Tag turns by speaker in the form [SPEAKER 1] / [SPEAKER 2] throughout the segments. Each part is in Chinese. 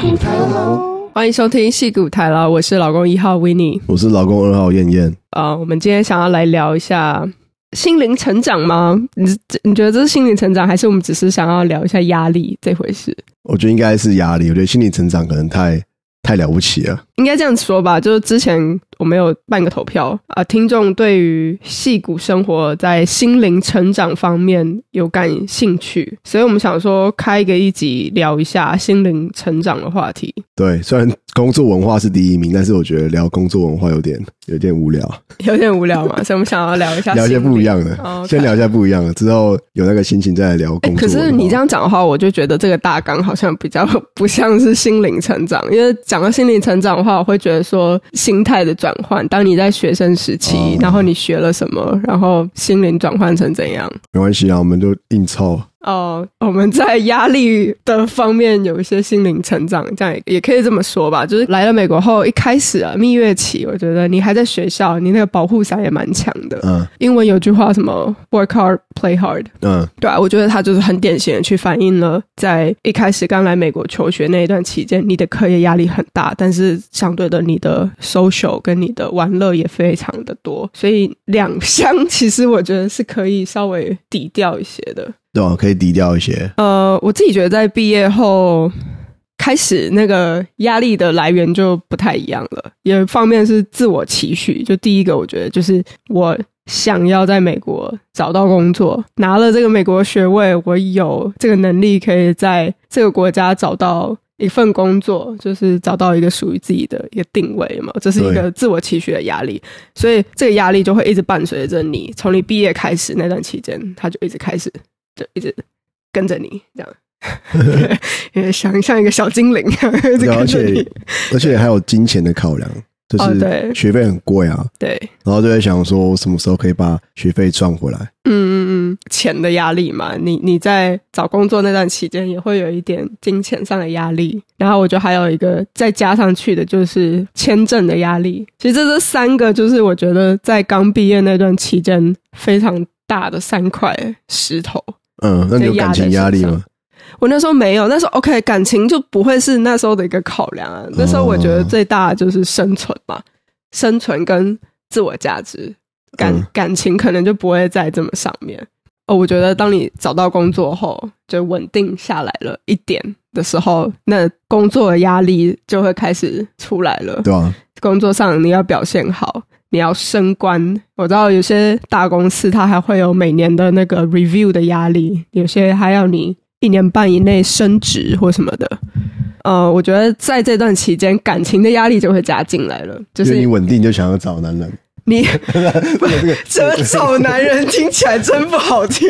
[SPEAKER 1] 骨台楼，
[SPEAKER 2] 欢迎收听戏骨台啦，我是老公一号 w i n n i
[SPEAKER 1] 我是老公二号燕燕。
[SPEAKER 2] 啊、我们今天想要来聊一下心灵成长吗？你你觉得这是心灵成长，还是我们只是想要聊一下压力这回事？
[SPEAKER 1] 我觉得应该是压力，我觉得心理成长可能太太了不起了。
[SPEAKER 2] 应该这样说吧，就是之前我们有办个投票啊、听众对于戏骨生活在心灵成长方面有感兴趣，所以我们想说开一个一集聊一下心灵成长的话题。
[SPEAKER 1] 对，虽然工作文化是第一名，但是我觉得聊工作文化有点有点无聊，
[SPEAKER 2] 有点无聊 嘛，所以我们想要聊一下
[SPEAKER 1] 聊一些
[SPEAKER 2] 心灵
[SPEAKER 1] 不一样的。
[SPEAKER 2] 哦，OK
[SPEAKER 1] 先聊一下不一样的，之后有那个心情再来聊工作
[SPEAKER 2] 哎可
[SPEAKER 1] 文化、
[SPEAKER 2] 是你这样讲的话，我就觉得这个大纲好像比较 不像是心灵成长，因为讲到心灵成长的话，我会觉得说心态的转换，当你在学生时期，
[SPEAKER 1] 哦
[SPEAKER 2] 然后你学了什么，然后心灵转换成怎样。
[SPEAKER 1] 没关系啊，我们就硬凑。
[SPEAKER 2] 哦，我们在压力的方面有一些心灵成长，这样也也可以这么说吧。就是来了美国后，一开始啊，蜜月期，我觉得你还在学校，你那个保护伞也蛮强的。
[SPEAKER 1] 嗯
[SPEAKER 2] 英文有句话什么 “work hard, play hard”，
[SPEAKER 1] 嗯，
[SPEAKER 2] 对啊，我觉得他就是很典型的去反映了，在一开始刚来美国求学那一段期间，你的课业压力很大，但是相对的，你的 social 跟你的玩乐也非常的多，所以两相其实我觉得是可以稍微抵掉一些的。
[SPEAKER 1] 对啊，可以低调一些。
[SPEAKER 2] 呃，我自己觉得在毕业后开始那个压力的来源就不太一样了。有一方面是自我期许，就第一个我觉得就是我想要在美国找到工作，拿了这个美国学位，我有这个能力可以在这个国家找到。一份工作就是找到一个属于自己的一个定位嘛，这是一个
[SPEAKER 1] 对
[SPEAKER 2] 自我期许的压力，所以这个压力就会一直伴随着你，从你毕业开始那段期间，它就一直开始，就一直跟着你这样。也像像一个小精灵，一直
[SPEAKER 1] 对啊
[SPEAKER 2] 跟
[SPEAKER 1] 而
[SPEAKER 2] 着你
[SPEAKER 1] 且。而且还有金钱的考量，就
[SPEAKER 2] 哦
[SPEAKER 1] 是
[SPEAKER 2] 对
[SPEAKER 1] 学费很贵啊，
[SPEAKER 2] 对，
[SPEAKER 1] 然后就在想说，我什么时候可以把学费赚回来？
[SPEAKER 2] 嗯嗯嗯，钱的压力嘛，你你在找工作那段期间也会有一点金钱上的压力，然后我觉得还有一个再加上去的就是签证的压力。其实这这三个就是我觉得在刚毕业那段期间非常大的三块石头。
[SPEAKER 1] 嗯，那你有
[SPEAKER 2] 就压
[SPEAKER 1] 感情
[SPEAKER 2] 在
[SPEAKER 1] 压力
[SPEAKER 2] 身上
[SPEAKER 1] 吗？
[SPEAKER 2] 我那时候没有，那时候 OK 感情就不会是那时候的一个考量啊。那时候我觉得最大的就是生存嘛，生存跟自我价值，感、
[SPEAKER 1] 嗯
[SPEAKER 2] 感情可能就不会在这么上面。哦，我觉得当你找到工作后，就稳定下来了一点的时候，那工作的压力就会开始出来了。
[SPEAKER 1] 对吧、啊
[SPEAKER 2] 工作上你要表现好，你要升官。我知道有些大公司它还会有每年的那个 review 的压力，有些还要你一年半以内升职或什么的。呃，我觉得在这段期间，感情的压力就会加进来了，就
[SPEAKER 1] 因为你
[SPEAKER 2] 是
[SPEAKER 1] 稳定就想要找男人，
[SPEAKER 2] 你
[SPEAKER 1] 这个这个
[SPEAKER 2] 这找男人听起来真不好听，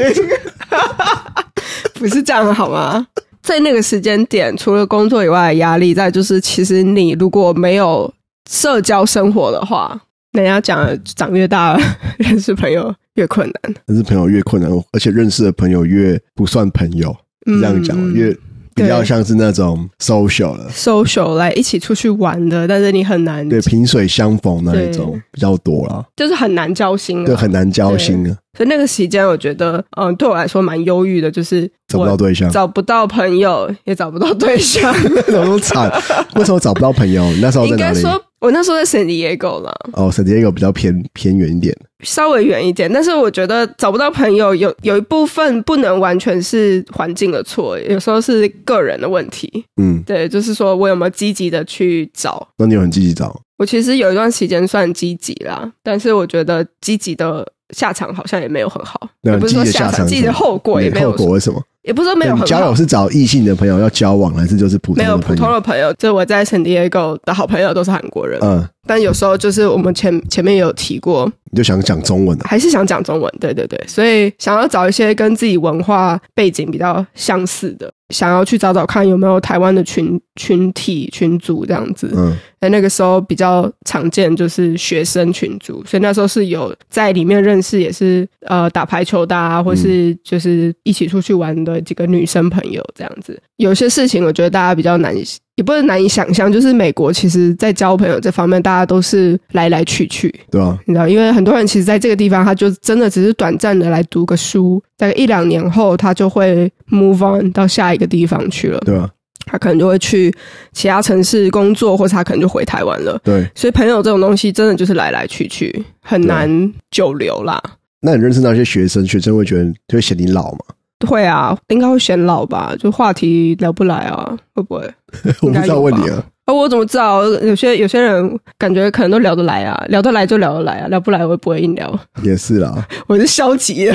[SPEAKER 2] 不是这样的好吗？在那个时间点，除了工作以外的压力，再就是其实你如果没有社交生活的话，人家讲的长越大 认识朋友越困难。
[SPEAKER 1] 但是朋友越困难，而且认识的朋友越不算朋友，
[SPEAKER 2] 嗯
[SPEAKER 1] 这样讲
[SPEAKER 2] 嗯
[SPEAKER 1] 越比较
[SPEAKER 2] 对
[SPEAKER 1] 像是那种 social 了，
[SPEAKER 2] social 来一起出去玩的，但是你很难，
[SPEAKER 1] 对，萍水相逢那一种
[SPEAKER 2] 对
[SPEAKER 1] 比较多啦，
[SPEAKER 2] 就是很难交心、啊，
[SPEAKER 1] 对，很难交心啊，
[SPEAKER 2] 所以那个时间，我觉得，嗯、对我来说蛮忧郁的，就是
[SPEAKER 1] 找不到
[SPEAKER 2] 我
[SPEAKER 1] 对象
[SPEAKER 2] 找不到朋友，也找不到对象。
[SPEAKER 1] 那种惨，为什么找不到 朋友？你那时候在
[SPEAKER 2] 应
[SPEAKER 1] 哪
[SPEAKER 2] 该
[SPEAKER 1] 里？
[SPEAKER 2] 说，我那时候在 San Diego 了，
[SPEAKER 1] 哦，圣地亚哥比较偏偏远一点，
[SPEAKER 2] 稍微远一点。但是我觉得找不到朋友，有有一部分不能完全是环境的错，有时候是个人的问题。
[SPEAKER 1] 嗯，
[SPEAKER 2] 对，就是说我有没有积极的去找。
[SPEAKER 1] 那你有很积极找，
[SPEAKER 2] 我其实有一段时间算积极啦，但是我觉得积极的下场好像也没有很好，
[SPEAKER 1] 那
[SPEAKER 2] 也不是说
[SPEAKER 1] 积极的下场
[SPEAKER 2] 场，
[SPEAKER 1] 是
[SPEAKER 2] 积极的后果也
[SPEAKER 1] 你
[SPEAKER 2] 没有
[SPEAKER 1] 后，果为什么？
[SPEAKER 2] 也不是说没有
[SPEAKER 1] 对
[SPEAKER 2] 很
[SPEAKER 1] 你交
[SPEAKER 2] 好
[SPEAKER 1] 友。是找异性的朋友要交往，还是就是普
[SPEAKER 2] 没
[SPEAKER 1] 通
[SPEAKER 2] 有
[SPEAKER 1] 的
[SPEAKER 2] 普
[SPEAKER 1] 朋
[SPEAKER 2] 通
[SPEAKER 1] 友？
[SPEAKER 2] 的朋友，就我在 San Diego 的好朋友都是韩国人，
[SPEAKER 1] 嗯，
[SPEAKER 2] 但有时候就是我们前前面有提过，
[SPEAKER 1] 你就想讲中文啊？
[SPEAKER 2] 还是想讲中文，对对对，所以想要找一些跟自己文化背景比较相似的，想要去找找看有没有台湾的群群体群组这样子。
[SPEAKER 1] 嗯，
[SPEAKER 2] 那、呃那个时候比较常见就是学生群组，所以那时候是有在里面认识，也是呃打排球的啊，或是就是一起出去玩的几个女生朋友这样子。有些事情我觉得大家比较难以，也不是难以想象，就是美国其实在交朋友这方面，大家都是来来去去，
[SPEAKER 1] 对吧？
[SPEAKER 2] 你知道，因为很多人其实在这个地方，他就真的只是短暂的来读个书，大概一两年后，他就会 move on 到下一个地方去了。
[SPEAKER 1] 对吧？
[SPEAKER 2] 他可能就会去其他城市工作，或是他可能就回台湾了。
[SPEAKER 1] 对。
[SPEAKER 2] 所以朋友这种东西真的就是来来去去，很难久留啦。
[SPEAKER 1] 那你认识那些学生，学生会觉得就会嫌你老吗？
[SPEAKER 2] 会啊，应该会显老吧？就话题聊不来啊，会不会？
[SPEAKER 1] 我不
[SPEAKER 2] 应该
[SPEAKER 1] 知道
[SPEAKER 2] 有
[SPEAKER 1] 问
[SPEAKER 2] 吧
[SPEAKER 1] 你啊，
[SPEAKER 2] 啊，我怎么知道？有些有些人感觉可能都聊得来啊，聊得来就聊得来啊，聊不来我也不会硬聊，
[SPEAKER 1] 也是啦。
[SPEAKER 2] 我是消极 的。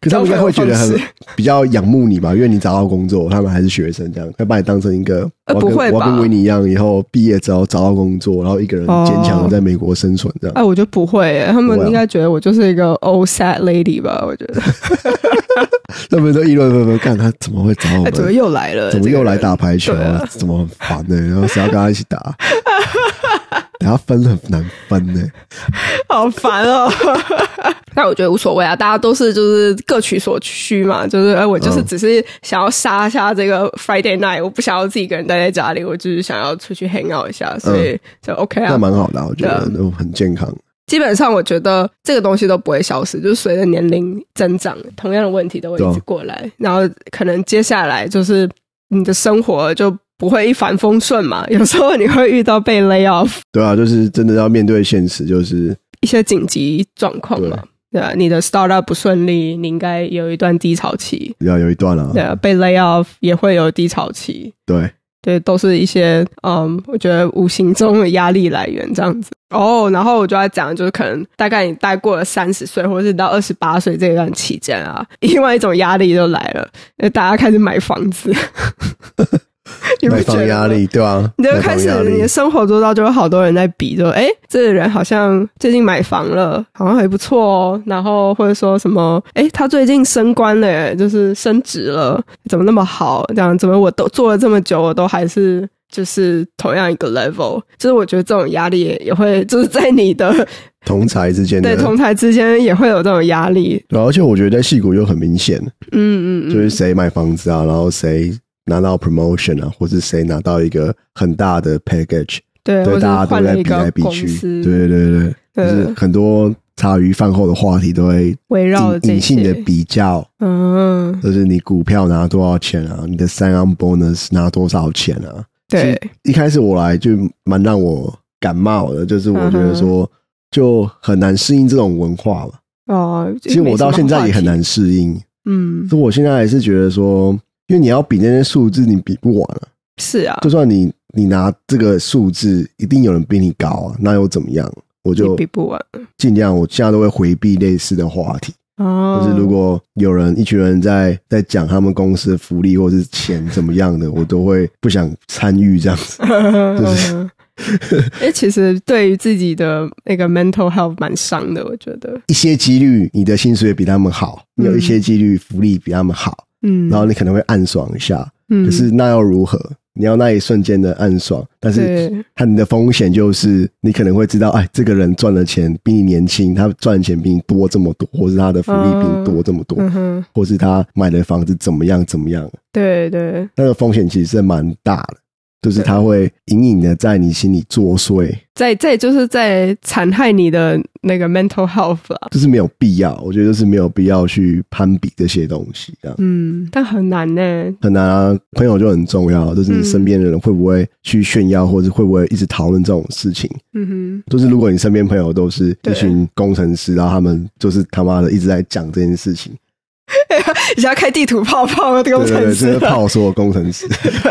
[SPEAKER 1] 可是他们应该会觉得
[SPEAKER 2] 交朋友
[SPEAKER 1] 很
[SPEAKER 2] 方式
[SPEAKER 1] 比较仰慕你吧，因为你找到工作，他们还是学生这样，会把你当成一个，我
[SPEAKER 2] 呃
[SPEAKER 1] 要跟
[SPEAKER 2] 不会吧
[SPEAKER 1] 我要跟维尼一样，以后毕业之后找到工作，然后一个人
[SPEAKER 2] 哦
[SPEAKER 1] 坚强的在美国生存这样。
[SPEAKER 2] 哎，我就不会耶、他们
[SPEAKER 1] 不会啊
[SPEAKER 2] 应该觉得我就是一个 old sad lady 吧？我觉得，
[SPEAKER 1] 那不是都议论纷纷，看他怎么会找我
[SPEAKER 2] 哎，
[SPEAKER 1] 们？
[SPEAKER 2] 怎么又来了？
[SPEAKER 1] 怎么又来
[SPEAKER 2] 这个
[SPEAKER 1] 打
[SPEAKER 2] 人？
[SPEAKER 1] 排球？
[SPEAKER 2] 对啊
[SPEAKER 1] 怎么很烦呢、然后谁要跟他一起 打？等下分很难分呢、
[SPEAKER 2] 好烦哦！ 但我觉得无所谓啊，大家都是就是各取所需嘛。就是哎，我就是
[SPEAKER 1] 嗯
[SPEAKER 2] 只是想要杀一下这个 Friday night，我不想要自己一个人待在家里，我就是想要出去 hang out 一下，所以就 OK 啊
[SPEAKER 1] 嗯那。蛮好的啊、我觉得
[SPEAKER 2] 对
[SPEAKER 1] 都很健康。
[SPEAKER 2] 基本上我觉得这个东西都不会消失，就是随着年龄增长，同样的问题都会一
[SPEAKER 1] 对
[SPEAKER 2] 直
[SPEAKER 1] 啊
[SPEAKER 2] 过来。然后可能接下来就是你的生活就不会一帆风顺嘛，有时候你会遇到被 lay off
[SPEAKER 1] 对啊，就是真的要面对现实，就是
[SPEAKER 2] 一些紧急状况嘛。对啊，你的 startup 不顺利，你应该有一段低潮期。
[SPEAKER 1] 要有一段啊。
[SPEAKER 2] 对啊，被 lay off 也会有低潮期。
[SPEAKER 1] 对，
[SPEAKER 2] 对，都是一些嗯，我觉得无形中的压力来源这样子。哦、然后我就在讲，就是可能大概你待过了三十岁，或者是到二十八岁这段期间啊， 另外一种压力就来了，呃大家开始买房子， 你不
[SPEAKER 1] 买
[SPEAKER 2] 觉
[SPEAKER 1] 房
[SPEAKER 2] 得
[SPEAKER 1] 压
[SPEAKER 2] 吗
[SPEAKER 1] 力，对啊，
[SPEAKER 2] 你就
[SPEAKER 1] 买
[SPEAKER 2] 开
[SPEAKER 1] 房
[SPEAKER 2] 始
[SPEAKER 1] 压
[SPEAKER 2] 你
[SPEAKER 1] 力
[SPEAKER 2] 的。生活周遭就有好多人在比，就哎、诶这个人好像最近买房了，好像还不错哦。然后或者说什么，哎、他最近升官了耶，就是升职了，怎么那么好？这样怎么我都做了这么久，我都还是。就是同样一个 level，就是我觉得这种压力也也会，就是在 你的
[SPEAKER 1] 同才之间的
[SPEAKER 2] 对同台之间也会有这种压力。
[SPEAKER 1] 对啊而且我觉得在戏骨就很明显，
[SPEAKER 2] 嗯嗯
[SPEAKER 1] 就是
[SPEAKER 2] 嗯，
[SPEAKER 1] 谁买房子啊，然后谁拿到 promotion 啊，或是谁拿到一个很大的 package，
[SPEAKER 2] 对，
[SPEAKER 1] 对，大
[SPEAKER 2] 或者
[SPEAKER 1] 家
[SPEAKER 2] 换
[SPEAKER 1] 都在
[SPEAKER 2] 了一
[SPEAKER 1] 比来
[SPEAKER 2] 个
[SPEAKER 1] 比
[SPEAKER 2] 公
[SPEAKER 1] 去，
[SPEAKER 2] 司，
[SPEAKER 1] 对对对对，就是
[SPEAKER 2] 对，
[SPEAKER 1] 很多茶余饭后的话题都会
[SPEAKER 2] 围绕
[SPEAKER 1] 隐
[SPEAKER 2] 这
[SPEAKER 1] 隐性的
[SPEAKER 2] 些，
[SPEAKER 1] 比较，
[SPEAKER 2] 嗯，
[SPEAKER 1] 就是你股票拿多少钱啊，你的三 on bonus 拿多少钱啊。
[SPEAKER 2] 对，
[SPEAKER 1] 一开始我来就蛮让我感冒的，就是我觉得说就很难适应这种文化吧。
[SPEAKER 2] 哦，
[SPEAKER 1] 其实我到现在也很
[SPEAKER 2] 没什么话题
[SPEAKER 1] 难适应，
[SPEAKER 2] 嗯，
[SPEAKER 1] 所以我现在还是觉得说，因为你要比那些数字，你比不完啊。
[SPEAKER 2] 是啊，
[SPEAKER 1] 就算你你拿这个数字，一定有人比你高啊，那又怎么样？我
[SPEAKER 2] 你
[SPEAKER 1] 就
[SPEAKER 2] 比不完
[SPEAKER 1] 尽量，我现在都会回避类似的话题。
[SPEAKER 2] 哦。
[SPEAKER 1] 就是如果有人一群人在在讲他们公司的福利或是钱怎么样的，我都会不想参与这样子。 就是
[SPEAKER 2] 因为其实对于自己的那个 mental health 蛮伤的，我觉得，
[SPEAKER 1] 一些几率你的薪水比他们好，你有一些几率福利比他们好，
[SPEAKER 2] 嗯，
[SPEAKER 1] 然后你可能会暗爽一下，
[SPEAKER 2] 嗯，
[SPEAKER 1] 可是那又如何？你要那一瞬间的暗爽，但是
[SPEAKER 2] 对
[SPEAKER 1] 他你的风险就是你可能会知道，哎，这个人赚的钱比你年轻，他赚的钱比你多这么多，或是他的福利比你多这么多，
[SPEAKER 2] 嗯哼，
[SPEAKER 1] 或是他买的房子怎么样怎么样。
[SPEAKER 2] 对对，
[SPEAKER 1] 那个风险其实是蛮大的，就是它会隐隐的在你心里作祟，
[SPEAKER 2] 再再就是在残害你的那个 mental health 啊，
[SPEAKER 1] 就是没有必要，我觉得就是没有必要去攀比这些东西，这样
[SPEAKER 2] 嗯，但很难呢、
[SPEAKER 1] 很难啊。朋友就很重要，就是你
[SPEAKER 2] 嗯
[SPEAKER 1] 身边的人会不会去炫耀，或者会不会一直讨论这种事情。
[SPEAKER 2] 嗯
[SPEAKER 1] 就是如果你身边朋友都是一
[SPEAKER 2] 对
[SPEAKER 1] 群工程师，然后他们就是他妈的一直在讲这件事情，
[SPEAKER 2] 哼，你要开地图泡泡的
[SPEAKER 1] 对
[SPEAKER 2] 工
[SPEAKER 1] 对对，
[SPEAKER 2] 程
[SPEAKER 1] 这
[SPEAKER 2] 师
[SPEAKER 1] 是
[SPEAKER 2] 啊，
[SPEAKER 1] 炮说工程师，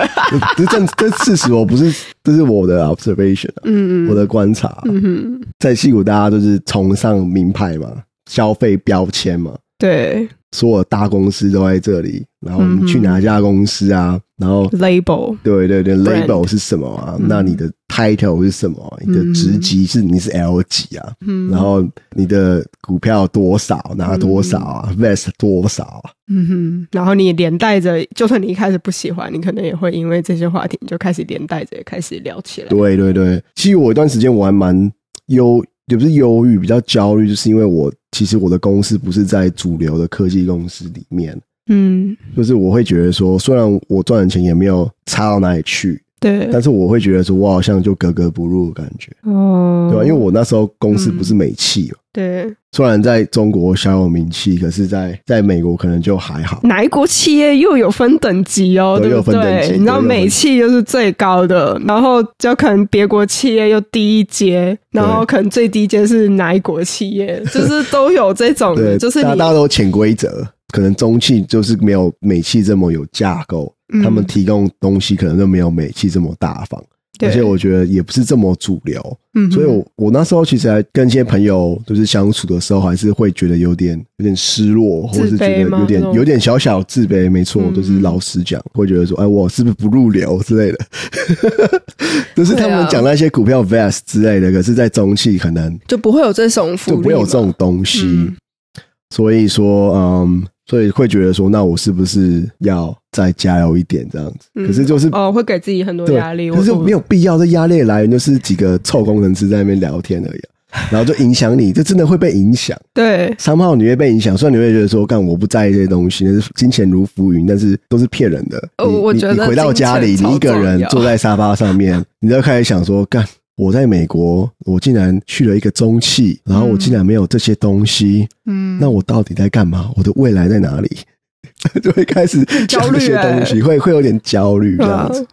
[SPEAKER 1] 这这这事实我不是，这是我的 observation 啊，
[SPEAKER 2] 嗯嗯，
[SPEAKER 1] 我的观察啊，
[SPEAKER 2] 嗯哼，
[SPEAKER 1] 在戏谷，大家都是崇尚名牌嘛，消费标签嘛，
[SPEAKER 2] 对
[SPEAKER 1] 所有大公司都在这里。然后
[SPEAKER 2] 嗯
[SPEAKER 1] 你
[SPEAKER 2] 哼
[SPEAKER 1] 去哪一家公司啊？然后
[SPEAKER 2] label，
[SPEAKER 1] 对对对
[SPEAKER 2] Brand
[SPEAKER 1] ，label 是什么啊？
[SPEAKER 2] 嗯
[SPEAKER 1] 那你的 title 是什么？啊你的
[SPEAKER 2] 嗯
[SPEAKER 1] 职级是你是 L 级啊？
[SPEAKER 2] 嗯，
[SPEAKER 1] 然后你的股票多少拿多少啊？vest 多少啊？
[SPEAKER 2] 嗯哼，然后你连带着，就算你一开始不喜欢，你可能也会因为这些话题，你就开始连带着也开始聊起来。
[SPEAKER 1] 对对对，其实我有一段时间我还蛮忧，也不是忧郁，比较焦虑，就是因为我其实我的公司不是在主流的科技公司里面。
[SPEAKER 2] 嗯，
[SPEAKER 1] 就是我会觉得说，虽然我赚的钱也没有差到哪里去，
[SPEAKER 2] 对，
[SPEAKER 1] 但是我会觉得说，我好像就格格不入的感觉，
[SPEAKER 2] 哦，
[SPEAKER 1] 对啊吧、因为我那时候公司
[SPEAKER 2] 嗯
[SPEAKER 1] 不是美企嘛，
[SPEAKER 2] 对
[SPEAKER 1] 虽然在中国小有名气，可是在在美国可能就还好。
[SPEAKER 2] 哪一国企业又有分等级哦，
[SPEAKER 1] 对
[SPEAKER 2] 对不
[SPEAKER 1] 又有分等级
[SPEAKER 2] 对？你知道
[SPEAKER 1] 对又有分
[SPEAKER 2] 美企就是最高的，然后就可能别国企业又低一阶，然后可能最低阶是哪一国企业，就是都有这种
[SPEAKER 1] 对，
[SPEAKER 2] 的，就是
[SPEAKER 1] 大
[SPEAKER 2] 你
[SPEAKER 1] 大家都有潜规则，可能中企就是没有美企这么有架构，
[SPEAKER 2] 嗯
[SPEAKER 1] 他们提供东西可能就没有美企这么大方，
[SPEAKER 2] 对
[SPEAKER 1] 而且我觉得也不是这么主流，
[SPEAKER 2] 嗯哼
[SPEAKER 1] 所以我我那时候其实还跟一些朋友就是相处的时候，还是会觉得有点有点失落，或是觉得有
[SPEAKER 2] 自卑
[SPEAKER 1] 点
[SPEAKER 2] 吗
[SPEAKER 1] 有点小小自卑，没错，
[SPEAKER 2] 嗯
[SPEAKER 1] 就是老实讲，会觉得说，哎，我是不是不入流之类的， 就是他
[SPEAKER 2] 对
[SPEAKER 1] 们
[SPEAKER 2] 啊
[SPEAKER 1] 讲那些股票 vest 之类的，可是，在中企可能
[SPEAKER 2] 就不会有这种福
[SPEAKER 1] 就
[SPEAKER 2] 利
[SPEAKER 1] 不会有这
[SPEAKER 2] 嘛
[SPEAKER 1] 种东西。
[SPEAKER 2] 嗯
[SPEAKER 1] 所以说，嗯，所以会觉得说，那我是不是要再加油一点这样子？
[SPEAKER 2] 嗯
[SPEAKER 1] 可是就是、
[SPEAKER 2] 哦，会给自己很多
[SPEAKER 1] 对
[SPEAKER 2] 压力，
[SPEAKER 1] 可是
[SPEAKER 2] 我
[SPEAKER 1] 没有必要。这压力来源就是几个臭工程师在那边聊天而已啊、然后就影响你，这真的会被影响。
[SPEAKER 2] 对
[SPEAKER 1] 三号你会被影响，虽然你会觉得说，干我不在意这些东西，但是金钱如浮云，但是都是骗人的。
[SPEAKER 2] 哦
[SPEAKER 1] 你
[SPEAKER 2] 我
[SPEAKER 1] 你
[SPEAKER 2] 觉得
[SPEAKER 1] 你回到家里，
[SPEAKER 2] 金钱
[SPEAKER 1] 你一个
[SPEAKER 2] 超重
[SPEAKER 1] 人
[SPEAKER 2] 要
[SPEAKER 1] 坐在沙发上 面，你就开始想说，干我在美国，我竟然去了一个中企，然后我竟然没有这些东西，
[SPEAKER 2] 嗯，
[SPEAKER 1] 那我到底在干嘛？我的未来在哪里？ 就会开始
[SPEAKER 2] 焦
[SPEAKER 1] 想
[SPEAKER 2] 虑
[SPEAKER 1] 这些
[SPEAKER 2] 欸
[SPEAKER 1] 东西，会会有点焦虑这
[SPEAKER 2] 对
[SPEAKER 1] 样
[SPEAKER 2] 啊
[SPEAKER 1] 子。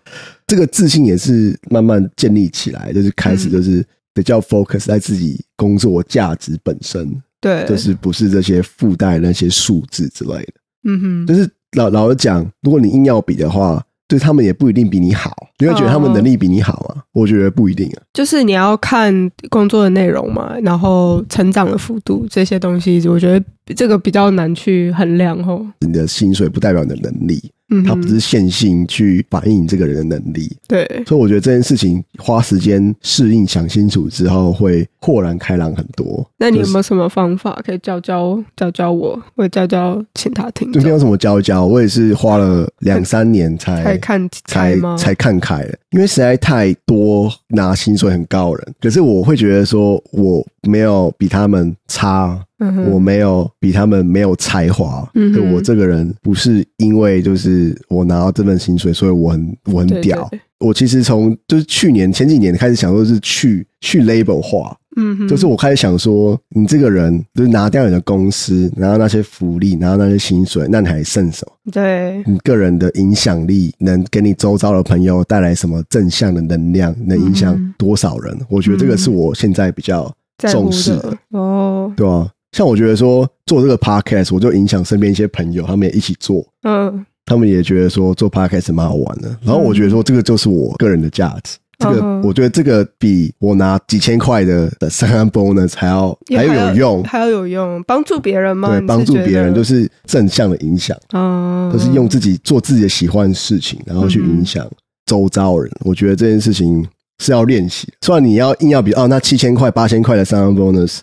[SPEAKER 1] 这个自信也是慢慢建立起来，就是开始
[SPEAKER 2] 嗯
[SPEAKER 1] 就是比较 focus 在自己工作价值本身，
[SPEAKER 2] 对，
[SPEAKER 1] 就是不是这些附带那些数字之类的。
[SPEAKER 2] 嗯哼，
[SPEAKER 1] 就是老老实讲，如果你硬要比的话，对他们也不一定比你好，你会觉得
[SPEAKER 2] 哦
[SPEAKER 1] 他们能力比你好吗？我觉得不一定啊。
[SPEAKER 2] 就是你要看工作的内容嘛，然后成长的幅度这些东西，我觉得这个比较难去衡量哦。
[SPEAKER 1] 你的薪水不代表你的能力，
[SPEAKER 2] 嗯
[SPEAKER 1] 它
[SPEAKER 2] 哼，
[SPEAKER 1] 不是线性去反映你这个人的能力。
[SPEAKER 2] 对，
[SPEAKER 1] 所以我觉得这件事情花时间适应、想清楚之后，会豁然开朗很多。
[SPEAKER 2] 那你有
[SPEAKER 1] 就是
[SPEAKER 2] 没有什么方法可以教教教教我，或者教教其他听
[SPEAKER 1] 就没有
[SPEAKER 2] 众？
[SPEAKER 1] 什么交交，我也是花了两三年
[SPEAKER 2] 才
[SPEAKER 1] 才
[SPEAKER 2] 看
[SPEAKER 1] 才
[SPEAKER 2] 猜吗？
[SPEAKER 1] 才看开了，因为实在太多拿薪水很高的人，可是我会觉得说我没有比他们差，
[SPEAKER 2] 嗯哼
[SPEAKER 1] 我没有比他们没有才华，
[SPEAKER 2] 嗯
[SPEAKER 1] 就
[SPEAKER 2] 哼
[SPEAKER 1] 我这个人不是因为就是我拿到这份薪水，所以我很我很
[SPEAKER 2] 对
[SPEAKER 1] 屌。
[SPEAKER 2] 对
[SPEAKER 1] 我其实从就是去年前几年开始想说是去去 label 化，
[SPEAKER 2] 嗯哼，
[SPEAKER 1] 就是我开始想说，你这个人就是拿掉你的公司，拿到那些福利，拿到那些薪水，那你还剩什么？
[SPEAKER 2] 对，
[SPEAKER 1] 你个人的影响力能给你周遭的朋友带来什么正向的能量，能影响
[SPEAKER 2] 嗯
[SPEAKER 1] 多少人？我觉得这个是我现在比较
[SPEAKER 2] 在乎
[SPEAKER 1] 重视的
[SPEAKER 2] 的哦，
[SPEAKER 1] 对啊？像我觉得说做这个 podcast，我就影响身边一些朋友，他们也一起做，
[SPEAKER 2] 嗯，
[SPEAKER 1] 他们也觉得说做 podcast 蛮好玩的。然后我觉得说这个就是我个人的价值。这个、
[SPEAKER 2] 嗯哼
[SPEAKER 1] 我觉得这个比我拿几千块的的三安 bonus 还要
[SPEAKER 2] 也
[SPEAKER 1] 还要有用，
[SPEAKER 2] 还要有用，帮助别人吗？
[SPEAKER 1] 对，
[SPEAKER 2] 你
[SPEAKER 1] 帮助
[SPEAKER 2] 觉得
[SPEAKER 1] 别人就是正向的影响，
[SPEAKER 2] 嗯，
[SPEAKER 1] 就是用自己做自己的喜欢的事情，然后去影响周遭人。我觉得这件事情是要练习的，虽然你要硬要比哦，那七千块、八千块的三万 bonus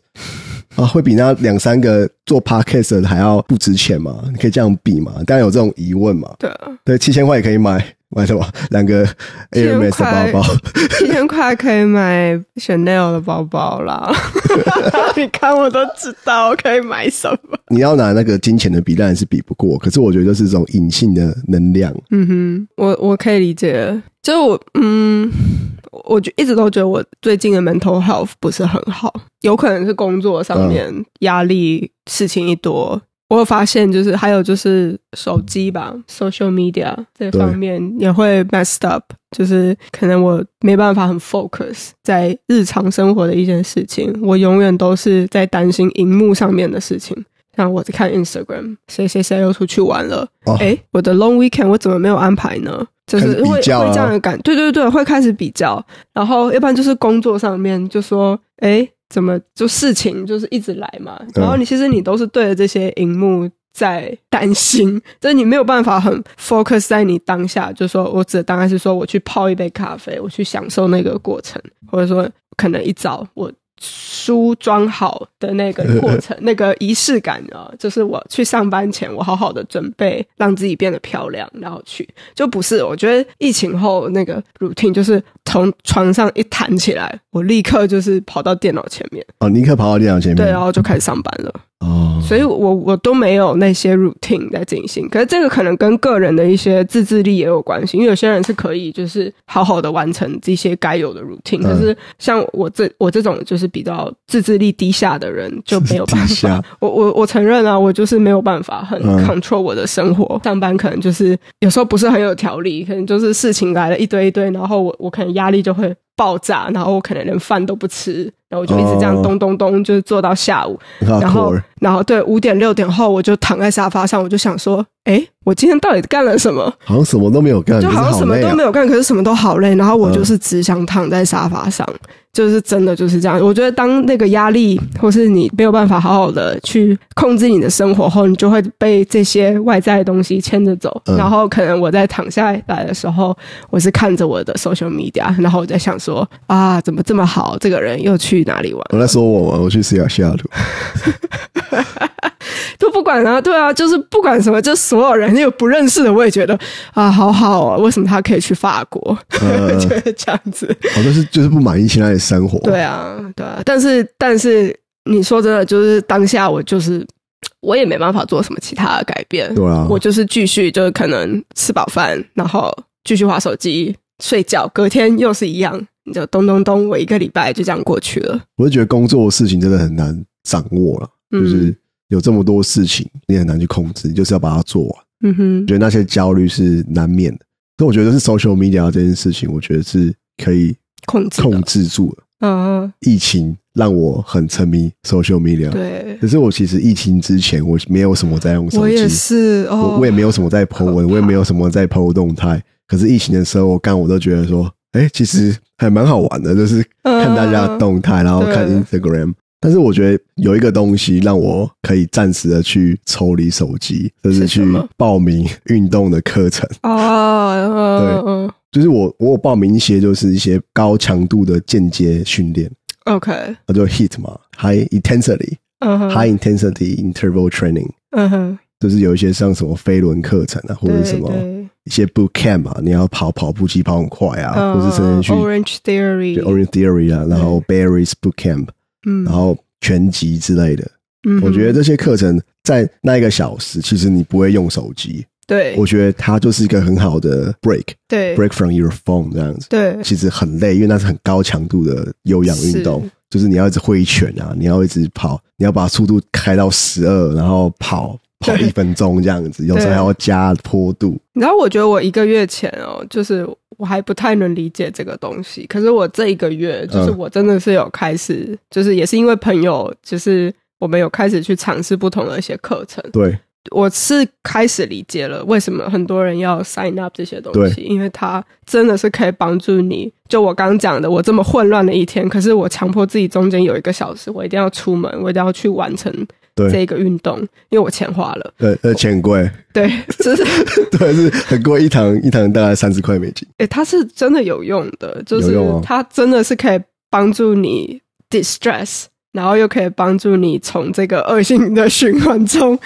[SPEAKER 1] 啊，会比那两三个做 podcast 的还要不值钱吗？你可以这样比吗？当然有这种疑问嘛。
[SPEAKER 2] 对
[SPEAKER 1] 对，七千块也可以买买什么两 个 Air Max
[SPEAKER 2] 1000块
[SPEAKER 1] 的包包，
[SPEAKER 2] 七千块可以买 Chanel 的包包啦， 你看我都知道我可以买什么。
[SPEAKER 1] 你要拿那个金钱的比，当然是比不过。可是我觉得就是这种隐性的能量，
[SPEAKER 2] 嗯哼，我我可以理解，就是我嗯，我就一直都觉得我最近的 mental health 不是很好，有可能是工作上面压力事情一多。我有发现，就是还有就是手机吧，social media 这方面也会 messed up，就是可能我没办法很 focus 在日常生活的一件事情，我永远都是在担心荧幕上面的事情。像我在看 Instagram，谁谁谁又出去玩了，
[SPEAKER 1] 哦
[SPEAKER 2] 哎、我的 long weekend 我怎么没有安排呢？就是
[SPEAKER 1] 开始比
[SPEAKER 2] 会、
[SPEAKER 1] 较啊
[SPEAKER 2] 会这样的感，对对对，会开始比较，然后要不然就是工作上面就说，哎，怎么就事情就是一直来嘛，然后你其实你都是对着这些荧幕。在担心， 就是你没有办法很 focus 在你当下，就说我只当然是说我去泡一杯咖啡，我去享受那个过程，或者说可能一早我梳妆好的那个过程，那个仪式感啊，就是我去上班前，我好好的准备，让自己变得漂亮，然后去，就不是。我觉得疫情后那个 routine 就是从床上一弹起来，我立刻就是跑到电脑前面，
[SPEAKER 1] 哦，尼克跑到电脑前面，
[SPEAKER 2] 对，然后就开始上班了。
[SPEAKER 1] 哦，
[SPEAKER 2] 所以我我都没有那些 routine 在进行。可是这个可能跟个人的一些自制力也有关系，因为有些人是可以就是好好的完成这些该有的 routine，、
[SPEAKER 1] 嗯
[SPEAKER 2] 可是像我这我这种就是比较自制力低下的人就没有办
[SPEAKER 1] 自 制力低下
[SPEAKER 2] 法。我我我承认啊，我就是没有办法很
[SPEAKER 1] 嗯
[SPEAKER 2] control 我的生活，上班可能就是有时候不是很有条理，可能就是事情来了一堆一堆，然后我我可能压力就会。爆炸，然后我可能连饭都不吃，然后我就一直这样
[SPEAKER 1] 哦
[SPEAKER 2] 咚咚咚，就是做到下午，
[SPEAKER 1] 很好
[SPEAKER 2] 然后
[SPEAKER 1] core，
[SPEAKER 2] 然后对五点六点后，我就躺在沙发上，我就想说，哎，我今天到底干了什么？
[SPEAKER 1] 好像什么都没有干，
[SPEAKER 2] 就
[SPEAKER 1] 可是
[SPEAKER 2] 好像什么
[SPEAKER 1] 累
[SPEAKER 2] 都
[SPEAKER 1] 啊嗯
[SPEAKER 2] 没有干，可是什么都好累。然后我就是只想躺在沙发上，就是真的就是这样。我觉得当那个压力或是你没有办法好好的去控制你的生活后，你就会被这些外在的东西牵着走。
[SPEAKER 1] 嗯
[SPEAKER 2] 然后可能我在躺下来的时候，我是看着我的 social media，然后我在想说，啊，怎么这么好？这个人又去哪里玩？
[SPEAKER 1] 我在说我嘛，我去西雅西雅 图，
[SPEAKER 2] 就不管啊，对啊，就是不管什么，就所有人，有不认识的我也觉得啊，好好哦，为什么他可以去法国？
[SPEAKER 1] 呃，
[SPEAKER 2] 就是这样子，
[SPEAKER 1] 好像是就是不满意现在的生活，
[SPEAKER 2] 对啊，对啊。但是，但是你说真的，就是当下我就是我也没办法做什么其他的改变，
[SPEAKER 1] 对啊，
[SPEAKER 2] 我就是继续就是可能吃饱饭，然后继续划手机、睡觉，隔天又是一样，你就咚咚咚，我一个礼拜就这样过去了。
[SPEAKER 1] 我就觉得工作的事情真的很难掌握了，
[SPEAKER 2] 嗯
[SPEAKER 1] 就是有这么多事情，你很难去控制，你就是要把它做完。
[SPEAKER 2] 嗯哼
[SPEAKER 1] 我，觉得那些焦虑是难免的，所以我觉得是 social media 这件事情，我觉得是可以
[SPEAKER 2] 控制的
[SPEAKER 1] 控制住的。
[SPEAKER 2] 嗯，
[SPEAKER 1] 疫情让我很沉迷 social media，
[SPEAKER 2] 对，
[SPEAKER 1] 可是我其实疫情之前我没有什么在用手机，
[SPEAKER 2] 我也是哦
[SPEAKER 1] 我我也没有什么在 po 文，
[SPEAKER 2] 可怕
[SPEAKER 1] 我也没有什么在 po 动态。可是疫情的时候，我干我都觉得说，哎、其实还蛮好玩的，就是
[SPEAKER 2] 嗯
[SPEAKER 1] 看大家的动态，然后看
[SPEAKER 2] 对
[SPEAKER 1] Instagram。但是我觉得有一个东西让我可以暂时的去抽离手机，就是
[SPEAKER 2] 是
[SPEAKER 1] 去
[SPEAKER 2] 什么
[SPEAKER 1] 报名运动的课程。
[SPEAKER 2] 哦，
[SPEAKER 1] 就是我我有报名一些就是一些高强度的间接训练，
[SPEAKER 2] 对，OK，
[SPEAKER 1] 那就 HIT 嘛，High Intensity、
[SPEAKER 2] 嗯哼，
[SPEAKER 1] High Intensity Interval Training，
[SPEAKER 2] 嗯哼，
[SPEAKER 1] 就是有一些像什么飞轮课程啊，或者
[SPEAKER 2] 对
[SPEAKER 1] 是什么
[SPEAKER 2] 对，
[SPEAKER 1] 一些 boot camp 啊，你要跑跑步机跑很快啊，
[SPEAKER 2] 嗯
[SPEAKER 1] 或是甚至去
[SPEAKER 2] Orange
[SPEAKER 1] 对
[SPEAKER 2] Theory，
[SPEAKER 1] Orange Theory 啊，然后 Barry's boot camp，
[SPEAKER 2] 嗯，
[SPEAKER 1] 然后拳击之类的。
[SPEAKER 2] 嗯哼
[SPEAKER 1] 我觉得这些课程在那一个小时，其实你不会用手机，
[SPEAKER 2] 对
[SPEAKER 1] 我觉得它就是一个很好的 break
[SPEAKER 2] 对
[SPEAKER 1] break from your phone 这样子。
[SPEAKER 2] 对
[SPEAKER 1] 其实很累，因为那是很高强度的有氧运动
[SPEAKER 2] 是，
[SPEAKER 1] 就是你要一直挥拳啊，你要一直跑，你要把速度开到十二，然后跑跑一分钟这样子，有时候还要加坡度。
[SPEAKER 2] 你知道，我觉得我一个月前哦，就是我还不太能理解这个东西。可是我这一个月，就是
[SPEAKER 1] 嗯
[SPEAKER 2] 我真的是有开始，就是也是因为朋友，就是我们有开始去尝试不同的一些课程。
[SPEAKER 1] 对，
[SPEAKER 2] 我是开始理解了为什么很多人要 sign up 这些东西，因为它真的是可以帮助你。就我刚讲的，我这么混乱的一天，可是我强迫自己中间有一个小时，我一定要出门，我一定要去完成
[SPEAKER 1] 对
[SPEAKER 2] 这个运动，因为我钱 花了。
[SPEAKER 1] 呃呃，钱很贵，
[SPEAKER 2] 对，就是
[SPEAKER 1] 对，是很贵，一堂一堂大概三十块美金。
[SPEAKER 2] 诶、它是真的有用的，就是
[SPEAKER 1] 有用哦
[SPEAKER 2] 它真的是可以帮助你 distress，然后又可以帮助你从这个恶性的循环中，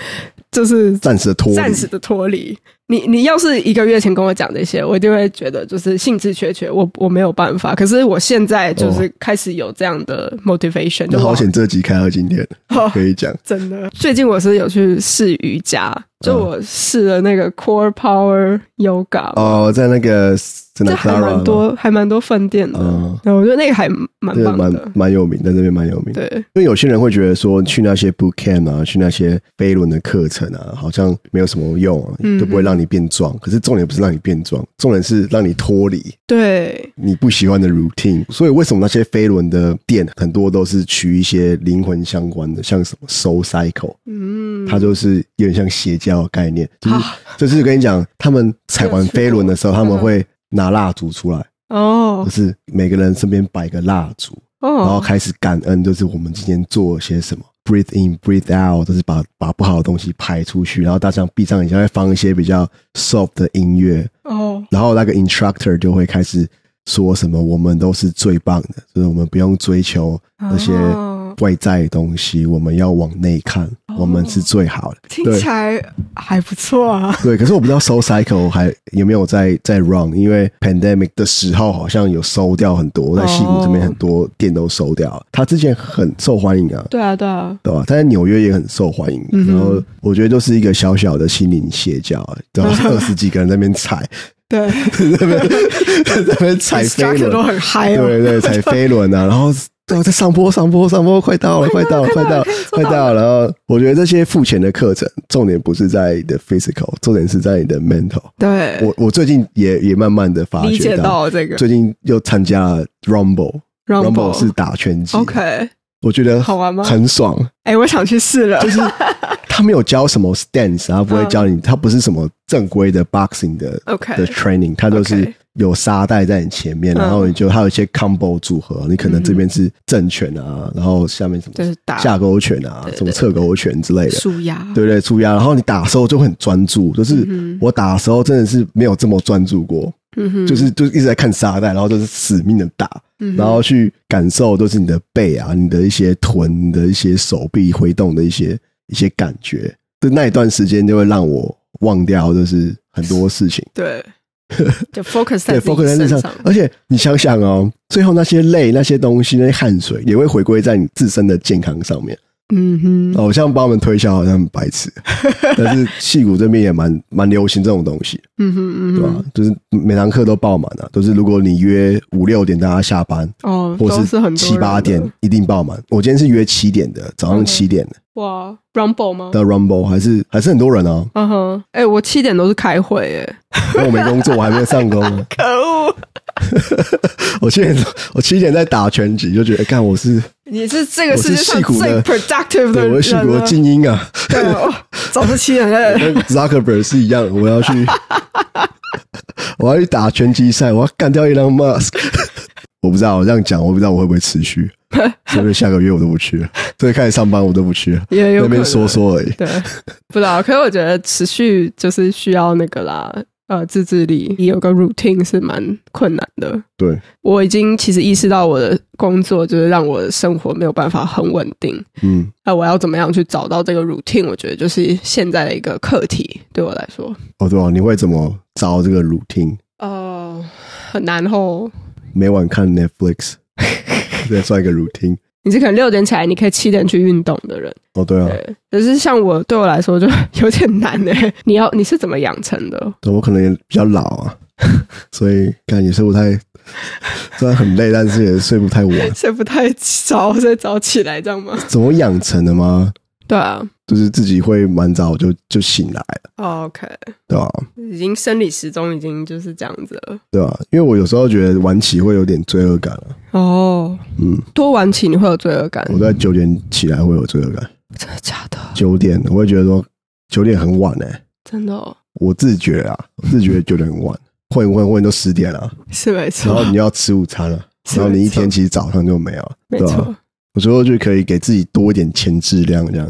[SPEAKER 2] 就是
[SPEAKER 1] 暂时的脱离，
[SPEAKER 2] 暂时的脱离。你你要是一个月前跟我讲这些，我一定会觉得就是兴致缺缺，我我没有办法。可是我现在就是开始有这样的 motivation，、就
[SPEAKER 1] 那好
[SPEAKER 2] 我
[SPEAKER 1] 险，这集开到今天
[SPEAKER 2] 哦
[SPEAKER 1] 可以讲。
[SPEAKER 2] 真的。最近我是有去试瑜伽，就
[SPEAKER 1] 嗯
[SPEAKER 2] 我试了那个 Core Power Yoga，、
[SPEAKER 1] 哦，在那个在那
[SPEAKER 2] 这还
[SPEAKER 1] Clara
[SPEAKER 2] 蛮
[SPEAKER 1] 吗，
[SPEAKER 2] 多还蛮多饭店的
[SPEAKER 1] 嗯，
[SPEAKER 2] 那、我觉得那个还蛮
[SPEAKER 1] 对，
[SPEAKER 2] 棒
[SPEAKER 1] 蛮
[SPEAKER 2] 的。
[SPEAKER 1] 蛮有名，在这边蛮有名。
[SPEAKER 2] 对，
[SPEAKER 1] 因为有些人会觉得说，去那些 boot camp 啊，去那些飞轮的课程啊，好像没有什么用、啊，
[SPEAKER 2] 嗯
[SPEAKER 1] 都不会让你变壮。可是重点不是让你变壮，重点是让你脱离
[SPEAKER 2] 对，
[SPEAKER 1] 你不喜欢的 routine。所以为什么那些飞轮的店很多都是取一些灵魂相关的，像什么 soul cycle，
[SPEAKER 2] 嗯，
[SPEAKER 1] 它就是有点像邪教的概念，就是
[SPEAKER 2] 啊
[SPEAKER 1] 就是跟你讲，他们踩完
[SPEAKER 2] 有去过
[SPEAKER 1] 飞轮的时候，他们
[SPEAKER 2] 嗯
[SPEAKER 1] 会拿蜡烛出来，
[SPEAKER 2] 哦
[SPEAKER 1] 就是每个人身边摆个蜡烛。然后
[SPEAKER 2] 哦，
[SPEAKER 1] 开始感恩，就是我们今天做了些什么。Breathe in, breathe out，就是把把不好的东西排出去，然后大家闭上眼睛，会放一些比较 soft 的音乐，
[SPEAKER 2] 哦，
[SPEAKER 1] 然后那个 instructor 就会开始说什么“我们都是最棒的”，就是我们不用追求那些
[SPEAKER 2] 哦
[SPEAKER 1] 外在的东西，我们要往内看，我们是最好的。
[SPEAKER 2] 听
[SPEAKER 1] 对
[SPEAKER 2] 起来还不错啊。
[SPEAKER 1] 对，可是我不知道 Soul Cycle 还有没有在在 run，因为 pandemic 的时候好像有收掉很多，在西谷这边很多店都收掉了。它之前很受欢迎啊，
[SPEAKER 2] 对啊，对啊，
[SPEAKER 1] 对吧？它在纽约也很受欢迎，
[SPEAKER 2] 嗯哼
[SPEAKER 1] 然后我觉得就是一个小小的心灵邪教，对 吧？二十几个人在那边踩，
[SPEAKER 2] 对
[SPEAKER 1] 在那边在那边 踩飞
[SPEAKER 2] instructor 都
[SPEAKER 1] 轮，
[SPEAKER 2] 很嗨哦。
[SPEAKER 1] 对对，踩飞轮啊，然后。对，在上坡，上坡，上坡，快到了，快到了，快到了，快到了。然后我觉得这些付钱的课程，重点不是在你的 physical，重点是在你的 mental。
[SPEAKER 2] 对，
[SPEAKER 1] 我我最近也也慢慢的发
[SPEAKER 2] 理
[SPEAKER 1] 觉
[SPEAKER 2] 解到了这个
[SPEAKER 1] 最近又参加了 Rumble，Rumble 是打拳击
[SPEAKER 2] OK。
[SPEAKER 1] 我觉得
[SPEAKER 2] 好玩吗
[SPEAKER 1] 很爽。
[SPEAKER 2] 哎、我想去试了。就是
[SPEAKER 1] 他没有教什么 stance，他不会教你，他不是什么正规的 boxing 的
[SPEAKER 2] 嗯 OK
[SPEAKER 1] 的 training，他都是
[SPEAKER 2] OK
[SPEAKER 1] 有沙袋在你前面，
[SPEAKER 2] 嗯
[SPEAKER 1] 然后你就他有一些 combo 组合，你可能
[SPEAKER 2] 嗯
[SPEAKER 1] 这边是正拳啊，然后下面什
[SPEAKER 2] 就是打
[SPEAKER 1] 么下勾拳啊，
[SPEAKER 2] 对
[SPEAKER 1] 什么侧勾拳之类的，
[SPEAKER 2] 舒压，
[SPEAKER 1] 对不对？出压，然后你打的时候就很专注，就是
[SPEAKER 2] 嗯
[SPEAKER 1] 我打的时候真的是没有这么专注过。
[SPEAKER 2] 嗯哼，
[SPEAKER 1] 就是就是一直在看沙袋，然后就是死命的打，
[SPEAKER 2] 嗯哼
[SPEAKER 1] 然后去感受都是你的背啊、你的一些臀、你的一些手臂挥动的一些一些感觉。就那一段时间就会让我忘掉，就是很多事情。
[SPEAKER 2] 对，就 focus 在
[SPEAKER 1] 对
[SPEAKER 2] 自己
[SPEAKER 1] ，focus 在身
[SPEAKER 2] 身
[SPEAKER 1] 上，而且你想想哦，最后那些累、那些东西、那些汗水，也会回归在你自身的健康上面。
[SPEAKER 2] 嗯哼，
[SPEAKER 1] 好哦像帮我们推销好像很白 痴，但是戏骨这边也蛮蛮流行这种东西。
[SPEAKER 2] 嗯哼，嗯
[SPEAKER 1] 对吧、
[SPEAKER 2] 哼，
[SPEAKER 1] 就是每堂课都爆满啊，就是如果你约五六点大家下班，
[SPEAKER 2] 哦，
[SPEAKER 1] 或
[SPEAKER 2] 都是很多
[SPEAKER 1] 七八
[SPEAKER 2] 人的嗯
[SPEAKER 1] 点一定爆满。我今天是约七点的，早上七点的
[SPEAKER 2] 哇，Rumble 吗？
[SPEAKER 1] 的 Rumble 还是还是很多人啊，
[SPEAKER 2] 嗯哼，哎、我七点都是开会，哎，
[SPEAKER 1] 因为我没工作，我还没有上工 啊。
[SPEAKER 2] 可恶！
[SPEAKER 1] 我七点我七点在打拳击，就觉得哎干我是
[SPEAKER 2] 你是这个
[SPEAKER 1] 我是
[SPEAKER 2] 世界上
[SPEAKER 1] 戏骨
[SPEAKER 2] 最
[SPEAKER 1] 的
[SPEAKER 2] productive
[SPEAKER 1] 对我是
[SPEAKER 2] 人
[SPEAKER 1] 美国
[SPEAKER 2] 了，
[SPEAKER 1] 精英啊，
[SPEAKER 2] 对，我早上七点 在
[SPEAKER 1] 跟 Zuckerberg 是一样的，我要去 我要去打拳击赛，我要干掉 Elon Musk。我不知道我这样讲，我不知道我会不会持续，所以下个月我都不去了，所以开始上班我都不去了。
[SPEAKER 2] 也
[SPEAKER 1] 那
[SPEAKER 2] 有可
[SPEAKER 1] 边
[SPEAKER 2] 能
[SPEAKER 1] 说说而已。
[SPEAKER 2] 对，不知道。可是我觉得持续就是需要那个啦，呃，自制力，有个 routine 是蛮困难的。
[SPEAKER 1] 对，
[SPEAKER 2] 我已经其实意识到我的工作就是让我的生活没有办法很稳定。
[SPEAKER 1] 嗯，
[SPEAKER 2] 那我要怎么样去找到这个 routine？我觉得就是现在的一个课题，对我来说，
[SPEAKER 1] 哦对哦，你会怎么找这个 routine？
[SPEAKER 2] 呃，很难哦。
[SPEAKER 1] 每晚看 Netflix，这算一个 routine。
[SPEAKER 2] 你是可能六点起来，你可以七点去运动的人，
[SPEAKER 1] 哦，对啊，
[SPEAKER 2] 对。可是像我对我来说就 有点难诶、你要你是怎么养成的？
[SPEAKER 1] 对我可能也比较老啊，所以感觉睡不太，虽然很累，但是也睡不太晚。
[SPEAKER 2] 睡不太着，所以早起来这样吗？
[SPEAKER 1] 怎么养成的吗？
[SPEAKER 2] 对啊，
[SPEAKER 1] 就是自己会蛮早就就醒来了，
[SPEAKER 2] OK，
[SPEAKER 1] 对吧、
[SPEAKER 2] 已经生理时钟已经就是这样子了。
[SPEAKER 1] 对吧、因为我有时候觉得晚起会有点罪恶感啊，
[SPEAKER 2] 哦，
[SPEAKER 1] 嗯，
[SPEAKER 2] 多晚起你会有罪恶感，
[SPEAKER 1] 我在九点起来会有罪恶感，
[SPEAKER 2] 真的假的？
[SPEAKER 1] 九点我会觉得说九点很晚呢、欸
[SPEAKER 2] 真的哦，
[SPEAKER 1] 我自觉啊，我自觉九点很晚，混一混混都十点了、
[SPEAKER 2] 是没
[SPEAKER 1] 然后
[SPEAKER 2] 错，
[SPEAKER 1] 你要吃午餐 了，
[SPEAKER 2] 是
[SPEAKER 1] 然后你一
[SPEAKER 2] 没错
[SPEAKER 1] 天其实早上就没有了，
[SPEAKER 2] 没
[SPEAKER 1] 对吧、
[SPEAKER 2] 错。
[SPEAKER 1] 我最后就可以给自己多一点前质量这样。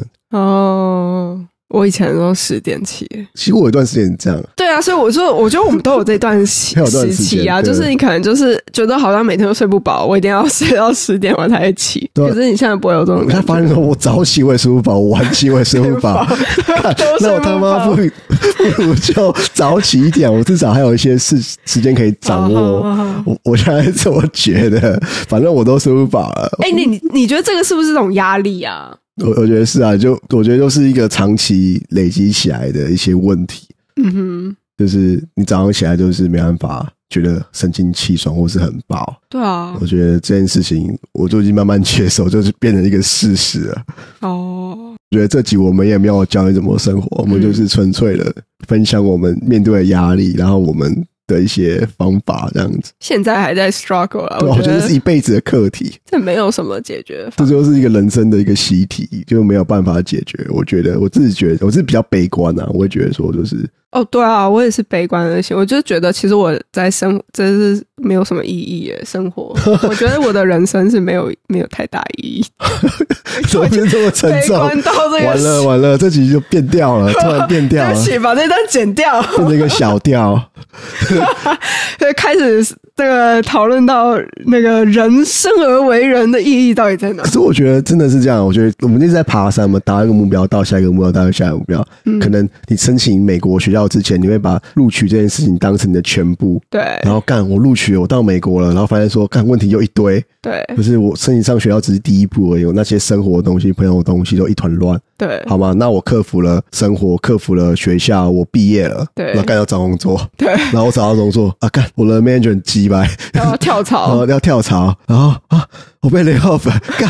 [SPEAKER 2] 哦，我以前都十点起。
[SPEAKER 1] 其实我有一段时间也这样，
[SPEAKER 2] 对啊，所以我说，我觉得我们都有这段 时
[SPEAKER 1] 都有段
[SPEAKER 2] 时
[SPEAKER 1] 时间
[SPEAKER 2] 期啊，
[SPEAKER 1] 对
[SPEAKER 2] 就是你可能就是觉得好像每天都睡不饱，我一定要睡到十点我才会起。
[SPEAKER 1] 对啊
[SPEAKER 2] 可是你现在不会有这种
[SPEAKER 1] 我才
[SPEAKER 2] 感觉，
[SPEAKER 1] 发现说我早起我也睡不饱，我晚起我也睡不饱，看
[SPEAKER 2] 都
[SPEAKER 1] 那
[SPEAKER 2] 睡
[SPEAKER 1] 我
[SPEAKER 2] 不
[SPEAKER 1] 他妈
[SPEAKER 2] 饱
[SPEAKER 1] 不不 如就早起一点，我至少还有一些事时间可以掌握。
[SPEAKER 2] 好好好
[SPEAKER 1] 我我现在是这么觉得，反正我都睡不饱了。
[SPEAKER 2] 哎、你你你觉得这个是不是一种压力啊？
[SPEAKER 1] 我我觉得是啊，就我觉得就是一个长期累积起来的一些问题。
[SPEAKER 2] 嗯哼，
[SPEAKER 1] 就是你早上起来就是没办法觉得神清气爽或是很饱。
[SPEAKER 2] 对啊
[SPEAKER 1] 我，觉得这件事情我就已经慢慢接受，就是变成一个事实了。
[SPEAKER 2] 哦，
[SPEAKER 1] 我觉得这集我们也没有教你怎么生活，我们
[SPEAKER 2] 嗯
[SPEAKER 1] 就是纯粹的分享我们面对的压力，然后我们的一些方法这样子。
[SPEAKER 2] 现在还在 struggle 啊，
[SPEAKER 1] 对啊，我觉
[SPEAKER 2] 觉
[SPEAKER 1] 得
[SPEAKER 2] 得
[SPEAKER 1] 这是一辈子的课题，
[SPEAKER 2] 这没有什么解决
[SPEAKER 1] 这
[SPEAKER 2] 法。
[SPEAKER 1] 就是一个人生的一个习题，就没有办法解决。我觉得我自己觉得我是比较悲观啊，我会觉得说就是
[SPEAKER 2] 哦，对啊，我也是悲观而行，我就觉得其实我在生真是没有什么意义耶，生 活，我觉得我的人生是没有没有太大意义，哎
[SPEAKER 1] 怎么变这么沉
[SPEAKER 2] 悲
[SPEAKER 1] 重？
[SPEAKER 2] 观到这个
[SPEAKER 1] 完了完了，这集就变掉了，突然变掉
[SPEAKER 2] 对
[SPEAKER 1] 了
[SPEAKER 2] 不。起，把那段剪掉，
[SPEAKER 1] 变成一个小调，
[SPEAKER 2] 开始这个讨论到那个人生而为人的意义到底在哪
[SPEAKER 1] 可？是我觉得真的是这样，我觉得我们一直在爬山嘛，达一个目标到下一个目标，到下一个目标。可能你申请美国学校之前，你会把录取这件事情当成你的全部，
[SPEAKER 2] 对
[SPEAKER 1] 然后干我录取了，我到美国了，然后发现说干问题又一堆，
[SPEAKER 2] 对
[SPEAKER 1] 可是我申请上学校只是第一步而已，我那些生活的东西、朋友的东西都一团乱，
[SPEAKER 2] 对
[SPEAKER 1] 好吗？那我克服了生活，克服了学校，我毕业了，
[SPEAKER 2] 对
[SPEAKER 1] 然后干要找工作，
[SPEAKER 2] 对，
[SPEAKER 1] 然后我找到工作啊，干我的 manager 很鸡掰，
[SPEAKER 2] 然后跳
[SPEAKER 1] 然后
[SPEAKER 2] 槽，
[SPEAKER 1] 要跳槽，然后啊，我被 lay off，了干，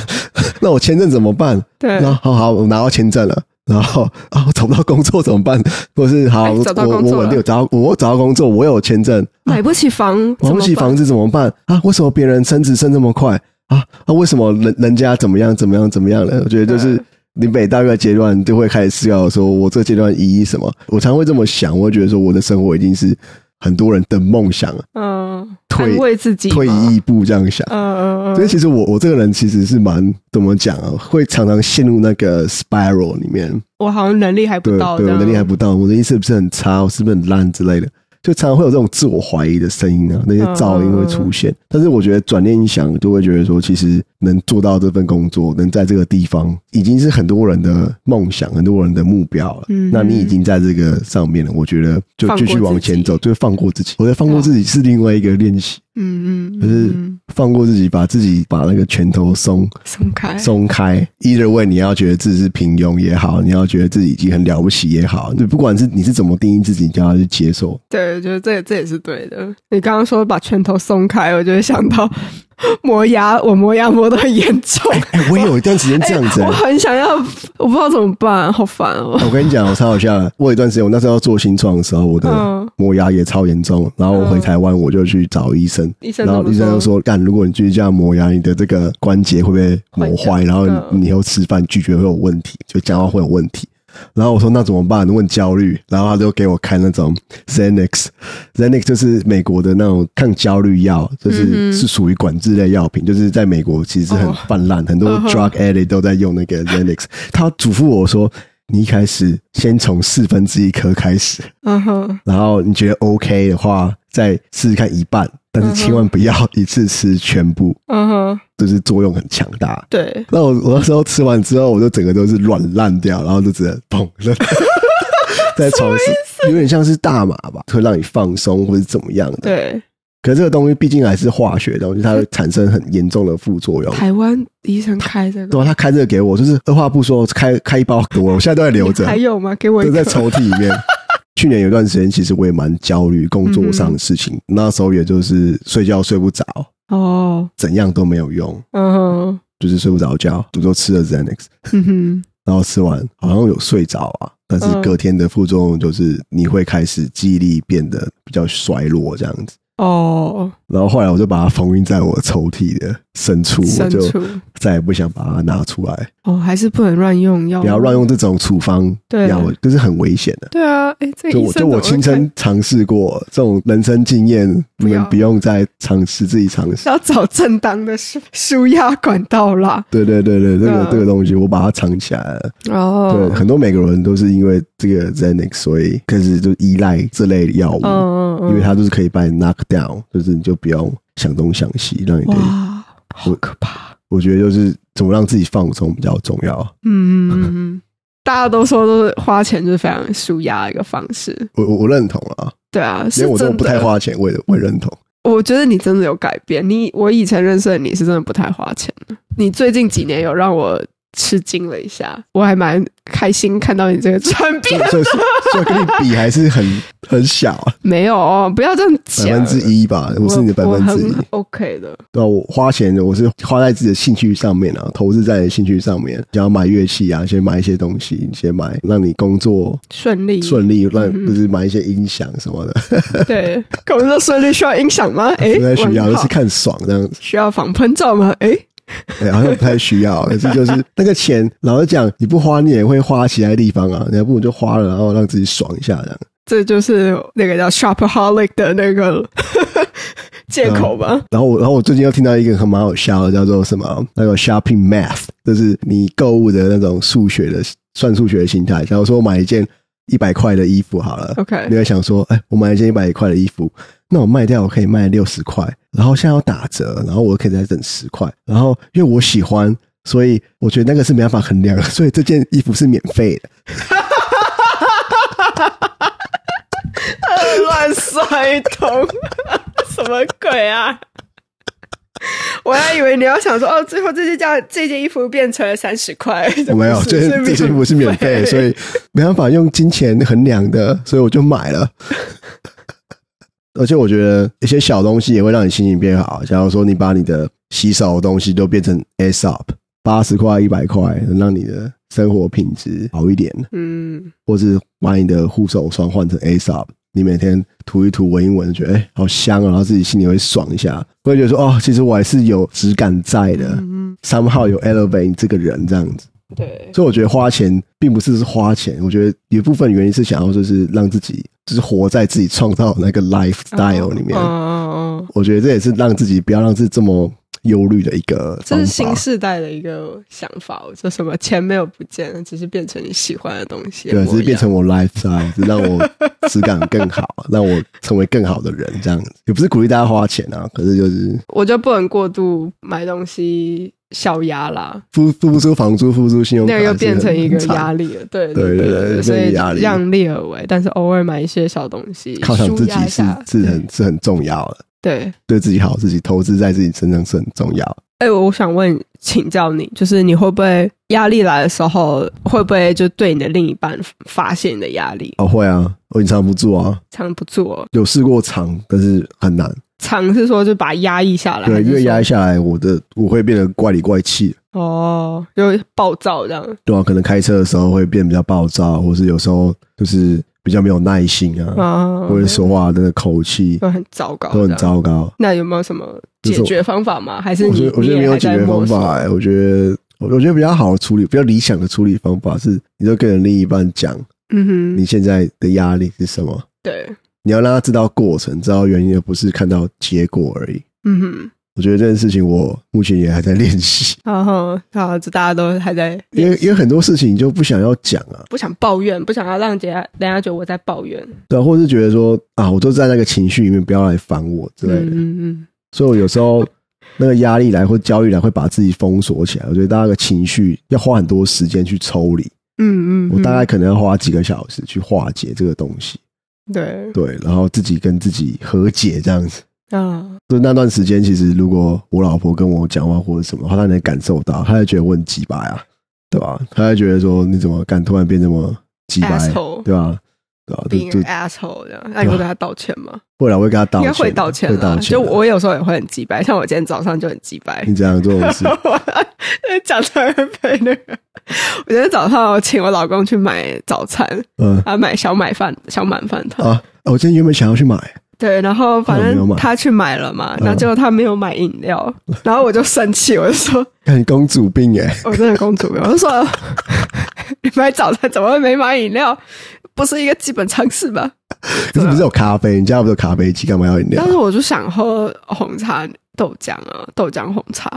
[SPEAKER 1] 那我签证怎么办？
[SPEAKER 2] 对
[SPEAKER 1] 然后好好，我拿到签证了。然后啊，我找不到工作怎么办？ 或是好，
[SPEAKER 2] 哎
[SPEAKER 1] 我
[SPEAKER 2] 找到
[SPEAKER 1] 我
[SPEAKER 2] 工作
[SPEAKER 1] 我稳
[SPEAKER 2] 了
[SPEAKER 1] 定，我找到我找到工作，我有签证，啊
[SPEAKER 2] 买不起房，
[SPEAKER 1] 买不起
[SPEAKER 2] 怎么办
[SPEAKER 1] 房，子怎么办啊？为什么别人升职升这么快啊？啊，为什么人人家怎么样怎么样怎么样了？我觉得就是
[SPEAKER 2] 对
[SPEAKER 1] 你每到一个阶段，就会开始思考说，我这阶段意义什么？我常会这么想，我会觉得说，我的生活已经是很多人的梦想，
[SPEAKER 2] 嗯，
[SPEAKER 1] 退
[SPEAKER 2] 安慰自己嘛，
[SPEAKER 1] 退一步这样想。
[SPEAKER 2] 嗯，嗯
[SPEAKER 1] 所以
[SPEAKER 2] 嗯，
[SPEAKER 1] 其实我我这个人其实是蛮怎么讲啊，会常常陷入那个 spiral 里面。
[SPEAKER 2] 我好像能力还不
[SPEAKER 1] 对对，
[SPEAKER 2] 到
[SPEAKER 1] 我
[SPEAKER 2] 这样，
[SPEAKER 1] 能力还不到，我的意思是不是很差，我是不是很烂之类的，就常常会有这种自我怀疑的声音啊，那些噪音会出
[SPEAKER 2] 嗯
[SPEAKER 1] 现。但是我觉得转念一想，就会觉得说，其实能做到这份工作，能在这个地方，已经是很多人的梦想，很多人的目标了。
[SPEAKER 2] 嗯
[SPEAKER 1] 那你已经在这个上面了，我觉得就继续往前走，就放过自己。我觉得放过自己是另外一个练习，
[SPEAKER 2] 嗯嗯，
[SPEAKER 1] 可是
[SPEAKER 2] 嗯
[SPEAKER 1] 放过自己，把自己把那个拳头松
[SPEAKER 2] 松开，
[SPEAKER 1] 松开。either way，你要觉得自己是平庸也好，你要觉得自己已经很了不起也好，你不管是你是怎么定义自己，你就要去接受。
[SPEAKER 2] 对，我觉得这这也是对的。你刚刚说把拳头松开，我就会想到磨牙，我磨牙磨得很严 重，
[SPEAKER 1] 哎、我也有一段时间这样子、欸
[SPEAKER 2] 我很想要，我不知道怎么办，好烦哦。
[SPEAKER 1] 我跟你讲，我超好笑的。我有一段时间，我那时候做新创的时候，我的
[SPEAKER 2] 嗯
[SPEAKER 1] 磨牙也超严重。然后我回
[SPEAKER 2] 嗯
[SPEAKER 1] 台湾，我就去找医生，
[SPEAKER 2] 医生
[SPEAKER 1] 然
[SPEAKER 2] 怎么
[SPEAKER 1] 后医生就说：“干，如果你继续这样磨牙，你的这个关节会被磨坏，
[SPEAKER 2] 坏
[SPEAKER 1] 然
[SPEAKER 2] 掉
[SPEAKER 1] 后
[SPEAKER 2] 嗯
[SPEAKER 1] 你以后吃饭拒绝会有问题，就讲话会有问题。”然后我说：“那怎么办？”问焦虑，然后他就给我开那种 Xanax，Xanax 就是美国的那种抗焦虑药，就是、
[SPEAKER 2] 嗯哼
[SPEAKER 1] 是属于管制类药品，就是在美国其实很
[SPEAKER 2] 哦
[SPEAKER 1] 泛滥，很多
[SPEAKER 2] 嗯哼
[SPEAKER 1] drug addict 都在用那个 Xanax。他嘱咐我说：“你一开始先从四分之一颗开始。”
[SPEAKER 2] 嗯哼，
[SPEAKER 1] 然后你觉得 OK 的话，再试试看一半，但是千万不要一次吃全部，
[SPEAKER 2] 嗯哼，
[SPEAKER 1] 就是作用很强大。
[SPEAKER 2] 对，
[SPEAKER 1] 那我我那时候吃完之后，我就整个都是软烂掉，然后就只能砰， 在床上，有点像是大麻吧，会让你放松或者怎么样的。
[SPEAKER 2] 对，
[SPEAKER 1] 可是这个东西毕竟还是化学的东西，它会产生很严重的副作用。
[SPEAKER 2] 台湾医生开这个
[SPEAKER 1] 对、啊，他开这个给我，就是二话不说开开一包给我，我现在都在 留着。
[SPEAKER 2] 还有吗？给我一
[SPEAKER 1] 都在
[SPEAKER 2] 个，
[SPEAKER 1] 抽屉里面。 去年有段时间，其实我也蛮焦虑工作上的事情，那时候也就是睡觉睡不着，
[SPEAKER 2] 哦，
[SPEAKER 1] 怎样都没有用，
[SPEAKER 2] 嗯哼，
[SPEAKER 1] 就是睡不着觉。我就吃了 Xanax，
[SPEAKER 2] 嗯哼，
[SPEAKER 1] 然后吃完好像有睡着啊，但是
[SPEAKER 2] 嗯
[SPEAKER 1] 隔天的副作用就是你会开始记忆力变得比较衰落这样子。
[SPEAKER 2] 哦，
[SPEAKER 1] 然后后来我就把它封印在我抽屉的深处，我
[SPEAKER 2] 删
[SPEAKER 1] 就
[SPEAKER 2] 除，
[SPEAKER 1] 再也不想把它拿出来。
[SPEAKER 2] 哦，还是不能乱用药，
[SPEAKER 1] 不要乱用这种处方
[SPEAKER 2] 哦对
[SPEAKER 1] 药，就是很危险的。
[SPEAKER 2] 对啊，哎，这
[SPEAKER 1] 就
[SPEAKER 2] 医
[SPEAKER 1] 我
[SPEAKER 2] 生
[SPEAKER 1] 就我
[SPEAKER 2] 怎么
[SPEAKER 1] 亲
[SPEAKER 2] 会
[SPEAKER 1] 身尝试过这种人生经验，你
[SPEAKER 2] 不要
[SPEAKER 1] 们不用再尝试自己尝
[SPEAKER 2] 开
[SPEAKER 1] 试。
[SPEAKER 2] 要找正当的输输压管道啦，
[SPEAKER 1] 对对对对，这个、
[SPEAKER 2] 嗯
[SPEAKER 1] 这个东西我把它藏起来了。对，
[SPEAKER 2] 哦，
[SPEAKER 1] 很多美国人都是因为这个 Xanax，所以开始就依赖这类药物，
[SPEAKER 2] 嗯嗯，
[SPEAKER 1] 因为它就是可以把你 knock down，就是你就不用想东想西，让你可以。
[SPEAKER 2] 哇，好可怕。
[SPEAKER 1] 我觉得就是怎么让自己放松比较重要。
[SPEAKER 2] 嗯嗯嗯，大家都说都是花钱就是非常舒压的一个方式。
[SPEAKER 1] 我我我认同啊，
[SPEAKER 2] 对啊，是
[SPEAKER 1] 连我这
[SPEAKER 2] 真
[SPEAKER 1] 种
[SPEAKER 2] 的
[SPEAKER 1] 不太。花钱，我也我也认同。
[SPEAKER 2] 我觉得你真的有改变。你我以前认识的你是真的不太花钱的。你最近几年有让我吃惊了一下，我还蛮开心看到你这个转
[SPEAKER 1] 所
[SPEAKER 2] 变
[SPEAKER 1] 以。所以所以所以跟你比还是很很小啊，
[SPEAKER 2] 没有哦，不要这样
[SPEAKER 1] 百
[SPEAKER 2] 讲。
[SPEAKER 1] 分之一吧，我是你的百
[SPEAKER 2] 我
[SPEAKER 1] 分之一
[SPEAKER 2] 很。OK 的。
[SPEAKER 1] 对啊、我花钱我是花在自己的兴趣上面啊，投资在兴趣上面，想要买乐器啊，先买一些东西，先买让你工作
[SPEAKER 2] 顺利，
[SPEAKER 1] 顺利，让就是买一些音响什么的，
[SPEAKER 2] 对，工作顺利需要音响吗？哎，
[SPEAKER 1] 不太啊需要，
[SPEAKER 2] 问
[SPEAKER 1] 就
[SPEAKER 2] 号
[SPEAKER 1] 是看爽这样子，
[SPEAKER 2] 需要防喷罩吗？哎，
[SPEAKER 1] 哎好像不太需要，可是就是那个钱，老实讲，你不花你也会花其他地方啊，你还不如就花了，然后让自己爽一下这样。
[SPEAKER 2] 这就是那个叫 shopaholic 的那个 借口吧？
[SPEAKER 1] 然后我，然后我最近又听到一个很蛮好笑的，叫做什么那个 shopping math，就是你购物的那种数学的算数学的心态。假如说我买一件一百块的衣服好了
[SPEAKER 2] OK
[SPEAKER 1] 你会想说，哎，我买一件一百块的衣服，那我卖掉我可以卖六十块，然后现在要打折，然后我可以再整十块，然后因为我喜欢，所以我觉得那个是没办法衡量的，所以这件衣服是免费的。
[SPEAKER 2] 乱摔桶，什么鬼啊？我还以为你要想说哦，最后这件价这件衣服变成了三十块，
[SPEAKER 1] 我 没有，这这件衣服是免费，所以没办法用金钱衡量的，所以我就买 了。而且我觉得一些小东西也会让你心情变好。假如说你把你的洗手的东西都变成 S up，八十块、一百块，能让你的生活品质好一点，
[SPEAKER 2] 嗯，
[SPEAKER 1] 或是把你的护手霜换成 S up，你每天涂一涂、闻一闻，就觉得哎、好香哦，然后自己心里会爽一下，会觉得说哦，其实我还是有质感在的，somehow 有 elevate 这个人这样子。
[SPEAKER 2] 对，
[SPEAKER 1] 所以我觉得花钱并不是花钱，我觉得有一部分原因是想要就是让自己就是活在自己创造的那个 lifestyle 里面。
[SPEAKER 2] 哦哦哦，
[SPEAKER 1] 我觉得这也是让自己不要让自己这么忧虑的一个
[SPEAKER 2] 这
[SPEAKER 1] 方
[SPEAKER 2] 是
[SPEAKER 1] 法
[SPEAKER 2] 新。时代的一个想法，就什么钱没有不见了，只是变成你喜欢的东西，
[SPEAKER 1] 对，啊只是变成我 lifestyle，只是让我质感更好，让我成为更好的人，这样子也不是鼓励大家花钱啊，可是就是
[SPEAKER 2] 我就不能过度买东西小压啦，
[SPEAKER 1] 付付不出房租，付不出信用卡，
[SPEAKER 2] 那个又变成一个
[SPEAKER 1] 是很
[SPEAKER 2] 压
[SPEAKER 1] 惨，
[SPEAKER 2] 力了，对
[SPEAKER 1] 对
[SPEAKER 2] 对
[SPEAKER 1] 对对
[SPEAKER 2] 所
[SPEAKER 1] 变
[SPEAKER 2] 以
[SPEAKER 1] 成压力
[SPEAKER 2] 量力而为，但是偶尔买一些小东西，
[SPEAKER 1] 犒赏自
[SPEAKER 2] 舒压
[SPEAKER 1] 己
[SPEAKER 2] 一
[SPEAKER 1] 是
[SPEAKER 2] 下
[SPEAKER 1] 是很是很重要的，
[SPEAKER 2] 对。
[SPEAKER 1] 对自己好，自己投资在自己身上是很重要的。
[SPEAKER 2] 哎、我想问，请教你，就是你会不会压力来的时候，会不会就对你的另一半发泄你的压力？
[SPEAKER 1] 哦，会啊，我隐藏不住啊，
[SPEAKER 2] 藏不住哦，
[SPEAKER 1] 有试过藏，但是很难。
[SPEAKER 2] 藏是说就把它压抑下来，还
[SPEAKER 1] 对，
[SPEAKER 2] 是说
[SPEAKER 1] 越压下来，我的我会变得怪里怪气，
[SPEAKER 2] 哦，就暴躁这样。
[SPEAKER 1] 对啊，可能开车的时候会变比较暴躁，或是有时候就是比较没有耐心啊，
[SPEAKER 2] 啊，
[SPEAKER 1] 或者说话的那个口气
[SPEAKER 2] 都很糟糕，
[SPEAKER 1] 都很。糟糕。
[SPEAKER 2] 那有没有什么
[SPEAKER 1] 就
[SPEAKER 2] 解
[SPEAKER 1] 是我
[SPEAKER 2] 决方法吗？还是
[SPEAKER 1] 我
[SPEAKER 2] 你
[SPEAKER 1] 觉得我觉得没
[SPEAKER 2] 你也
[SPEAKER 1] 有
[SPEAKER 2] 还
[SPEAKER 1] 解
[SPEAKER 2] 在
[SPEAKER 1] 决
[SPEAKER 2] 摸
[SPEAKER 1] 方
[SPEAKER 2] 索
[SPEAKER 1] 法、欸，我觉得我我觉得比较好的处理，比较理想的处理方法是，你就跟另一半讲
[SPEAKER 2] 嗯
[SPEAKER 1] 你
[SPEAKER 2] 哼，
[SPEAKER 1] 现在的压力是什么，
[SPEAKER 2] 对，
[SPEAKER 1] 你要让他知道过程，知道原因，而不是看到结果而已。
[SPEAKER 2] 嗯哼，
[SPEAKER 1] 我觉得这件事情我目前也还在练习。
[SPEAKER 2] 然后然后就大家都还在
[SPEAKER 1] 因为因为很多事情你就不想要讲啊，
[SPEAKER 2] 不想抱怨，不想要让人家人家觉得我在抱怨。
[SPEAKER 1] 对啊，或是觉得说啊，我都在那个情绪里面，不要来烦我之类
[SPEAKER 2] 嗯
[SPEAKER 1] 的。
[SPEAKER 2] 嗯嗯，
[SPEAKER 1] 所以我有时候那个压力来或焦虑来，会把自己封锁起来。我觉得大家的情绪要花很多时间去抽离，
[SPEAKER 2] 嗯嗯，
[SPEAKER 1] 我大概可能要花几个小时去化解这个东西，
[SPEAKER 2] 嗯对
[SPEAKER 1] 对，然后自己跟自己和解这样子。
[SPEAKER 2] 啊，
[SPEAKER 1] 就那段时间，其实如果我老婆跟我讲话或者什么的话，她能感受到，她会觉得我很鸡巴呀，对吧？她会觉得说你怎么敢突然变这么鸡巴，
[SPEAKER 2] Asshole
[SPEAKER 1] 对吧？对吧？就
[SPEAKER 2] being
[SPEAKER 1] 就
[SPEAKER 2] an asshole 这样，那你会跟他道歉吗？
[SPEAKER 1] 会来会跟他道
[SPEAKER 2] 应
[SPEAKER 1] 歉，
[SPEAKER 2] 该会道歉
[SPEAKER 1] 会道
[SPEAKER 2] 啦。
[SPEAKER 1] 歉。啊
[SPEAKER 2] 就我有时候也会很鸡掰，像我今天早上就很鸡掰。
[SPEAKER 1] 你这样做是
[SPEAKER 2] 我 讲才会被那个。我今天早上我请我老公去买早餐，
[SPEAKER 1] 嗯
[SPEAKER 2] 他买小买饭、小满饭团。
[SPEAKER 1] 啊，我今天原本想要去买，
[SPEAKER 2] 对，然后反
[SPEAKER 1] 他有没有买
[SPEAKER 2] 正他去买了嘛，然后
[SPEAKER 1] 嗯
[SPEAKER 2] 结果他没有买饮料，然后我就生气，我就说
[SPEAKER 1] 看你公主病哎、
[SPEAKER 2] 我真的公主病，我就说你买早餐怎么会没买饮料？不是一个基本常识吧？
[SPEAKER 1] 可
[SPEAKER 2] 啊
[SPEAKER 1] 是不是有咖啡？你家不是有咖啡机，干嘛要饮料
[SPEAKER 2] 但？是我就想喝红茶豆浆啊，豆浆红茶，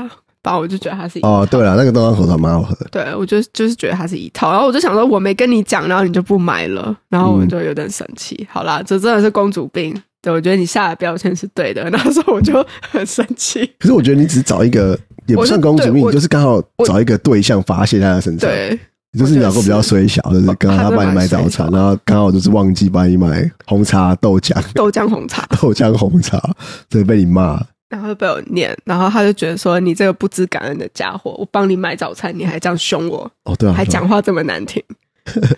[SPEAKER 2] 反正我就觉得它是一
[SPEAKER 1] 哦，
[SPEAKER 2] 套
[SPEAKER 1] 对了，那个豆浆口罩蛮好喝的，
[SPEAKER 2] 对我就就是觉得它是一套，然后我就想说我没跟你讲，然后你就不买了，然后我
[SPEAKER 1] 嗯
[SPEAKER 2] 就有点生气。好啦，这真的是公主病，对我觉得你下的标签是对的，那时候我就很生气。
[SPEAKER 1] 可是我觉得你只是找一个，也不算公主
[SPEAKER 2] 对
[SPEAKER 1] 病，
[SPEAKER 2] 我
[SPEAKER 1] 你就是刚好找一个对象发泄在他身上。，
[SPEAKER 2] 对，
[SPEAKER 1] 就是啊你老公比较衰小，就是刚好他帮你买早
[SPEAKER 2] 他真的蛮衰小
[SPEAKER 1] 餐，然后刚好就是忘记帮你买红茶、豆浆、
[SPEAKER 2] 豆浆红茶，
[SPEAKER 1] 豆浆红茶，所以被你骂。
[SPEAKER 2] 然后就被我念，然后他就觉得说你这个不知感恩的家伙，我帮你买早餐，你还这样凶我，
[SPEAKER 1] 哦，对啊，
[SPEAKER 2] 还
[SPEAKER 1] 对啊
[SPEAKER 2] 讲话这么 难听，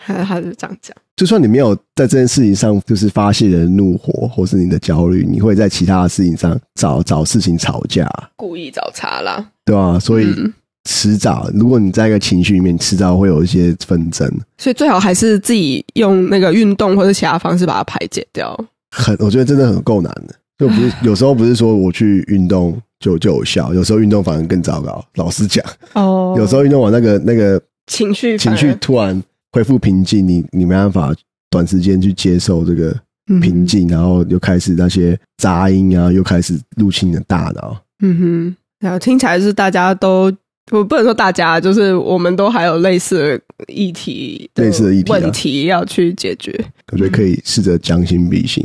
[SPEAKER 2] 他他就这样讲。
[SPEAKER 1] 就算你没有在这件事情上就是发泄你的怒火或是你的焦虑，你会在其他的事情上找找事情吵架，
[SPEAKER 2] 故意找茬啦，
[SPEAKER 1] 对吧、所以
[SPEAKER 2] 嗯
[SPEAKER 1] 迟早，如果你在一个情绪里面，迟早会有一些纷争。
[SPEAKER 2] 所以最好还是自己用那个运动或者其他方式把它排解掉。
[SPEAKER 1] 很，我觉得真的很够难的。就不是有时候不是说我去运动就就有效，有时候运动反而更糟糕。老实讲，
[SPEAKER 2] 哦
[SPEAKER 1] 有时候运动完那个那个
[SPEAKER 2] 情绪
[SPEAKER 1] 情绪突然恢复平静，你你没办法短时间去接受这个
[SPEAKER 2] 嗯
[SPEAKER 1] 平，静，然后又开始那些杂音啊，又开始入侵你的大脑。
[SPEAKER 2] 嗯哼嗯哼，然后听起来是大家都我不能说大家，就是我们都还有类似的议题、
[SPEAKER 1] 类似的议题啊
[SPEAKER 2] 问题要去解决。
[SPEAKER 1] 我觉得可以试着将心比心，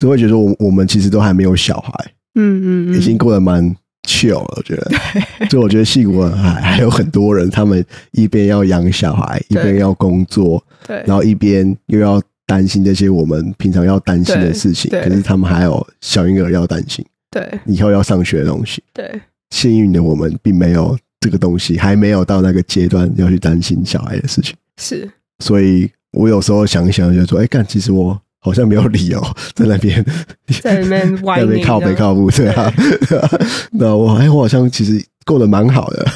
[SPEAKER 1] 就会觉得我我们其实都还没有小孩，
[SPEAKER 2] 嗯嗯
[SPEAKER 1] 已
[SPEAKER 2] 嗯，
[SPEAKER 1] 经过得蛮 chill 了。我觉得，所以我觉得戏骨还还有很多人，他们一边要养小孩，一
[SPEAKER 2] 对
[SPEAKER 1] 边要工作，
[SPEAKER 2] 对
[SPEAKER 1] 然后一边又要担心这些我们平常要担心的事情，
[SPEAKER 2] 对
[SPEAKER 1] 可
[SPEAKER 2] 对
[SPEAKER 1] 是他们还有小婴儿要担心，
[SPEAKER 2] 对
[SPEAKER 1] 以后要上学的东西。
[SPEAKER 2] 对
[SPEAKER 1] 幸运的我们并没有这个东西，还没有到那个阶段要去担心小孩的事情。
[SPEAKER 2] 是，
[SPEAKER 1] 所以我有时候想一想，就说，哎、干，其实我好像没有理由 在那边
[SPEAKER 2] 在那
[SPEAKER 1] 在
[SPEAKER 2] 边
[SPEAKER 1] 那边靠北，靠步，对啊。 那我哎、我好像其实过得蛮好的，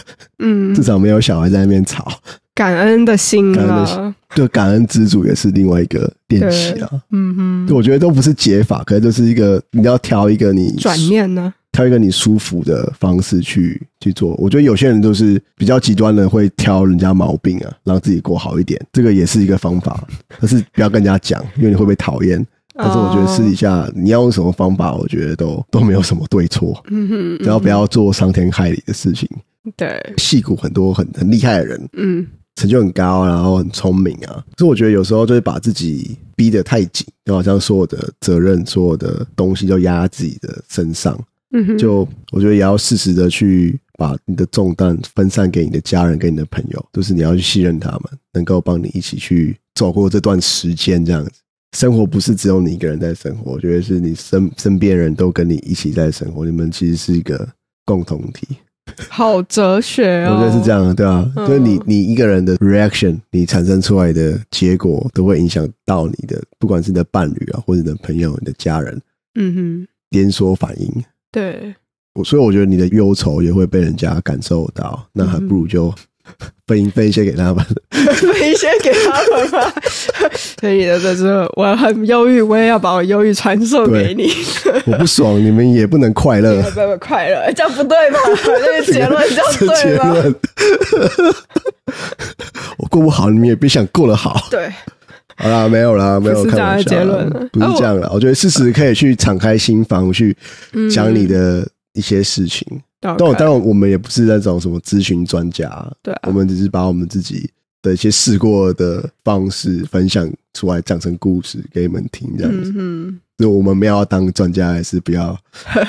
[SPEAKER 2] 嗯
[SPEAKER 1] 至，少没有小孩在那边吵。
[SPEAKER 2] 感恩的心啊
[SPEAKER 1] 感恩的
[SPEAKER 2] 啦，
[SPEAKER 1] 就感恩知足也是另外一个练习啊。
[SPEAKER 2] 嗯
[SPEAKER 1] 对
[SPEAKER 2] 哼，
[SPEAKER 1] 我觉得都不是解法，可能就是一个你要挑一个你
[SPEAKER 2] 转念呢，
[SPEAKER 1] 挑一个你舒服的方式去去做。我觉得有些人都是比较极端的，会挑人家毛病啊，让自己过好一点，这个也是一个方法。但是不要跟人家讲，因为你会被讨厌。但是我觉得私底
[SPEAKER 2] 哦，
[SPEAKER 1] 下你要用什么方法，我觉得都都没有什么对错，
[SPEAKER 2] 嗯哼，
[SPEAKER 1] 只要不
[SPEAKER 2] 嗯
[SPEAKER 1] 要做伤天害理的事情。
[SPEAKER 2] 哼对，
[SPEAKER 1] 戏骨很多很很厉害的人，
[SPEAKER 2] 嗯
[SPEAKER 1] 成就很高，然后很聪明啊。所以我觉得有时候就是把自己逼得太紧，就好像所有的责任、所有的东西都压在自己的身上。
[SPEAKER 2] 嗯哼，
[SPEAKER 1] 就我觉得也要适时的去把你的重担分散给你的家人跟你的朋友，就是你要去信任他们，能够帮你一起去走过这段时间这样子。生活不是只有你一个人在生活，我觉得是你身身边人都跟你一起在生活，你们其实是一个共同体。
[SPEAKER 2] 好哲学哦，
[SPEAKER 1] 我觉得是这，样，对啊，
[SPEAKER 2] 嗯
[SPEAKER 1] 就是你你一个人的 reaction，你产生出来的结果都会影响到你的，不管是你的伴侣啊，或者你的朋友、你的家人，
[SPEAKER 2] 嗯哼，
[SPEAKER 1] 连锁反应。
[SPEAKER 2] 对，
[SPEAKER 1] 我所以我觉得你的忧愁也会被人家感受到，那
[SPEAKER 2] 嗯
[SPEAKER 1] 还不如就分一分一些给他吧。
[SPEAKER 2] 分一些给他们吧。 所以的就是我很忧郁，我也要把我忧郁传授给你，
[SPEAKER 1] 我不爽，你们也不能快乐
[SPEAKER 2] 要。呃不要快乐？这样不对 吧？这个结论这样
[SPEAKER 1] 这结
[SPEAKER 2] 对吗？
[SPEAKER 1] 论，我过不好，你们也别想过得好。
[SPEAKER 2] 对，
[SPEAKER 1] 好啦，没有啦，没有
[SPEAKER 2] 不是
[SPEAKER 1] 开
[SPEAKER 2] 这
[SPEAKER 1] 玩
[SPEAKER 2] 样
[SPEAKER 1] 笑
[SPEAKER 2] 的结
[SPEAKER 1] 啦
[SPEAKER 2] 论了
[SPEAKER 1] 不是这样啦。我觉得事实可以去敞开心房，去
[SPEAKER 2] 嗯
[SPEAKER 1] 讲你的一些事情。
[SPEAKER 2] 但
[SPEAKER 1] 当然，当然，我们也不是那种什么咨询专家，
[SPEAKER 2] 对啊
[SPEAKER 1] 我们只是把我们自己的一些试过的方式分享出来，讲成故事给你们听，这样子。
[SPEAKER 2] 嗯
[SPEAKER 1] 所以我们没有要当专家，还是不要
[SPEAKER 2] 哼，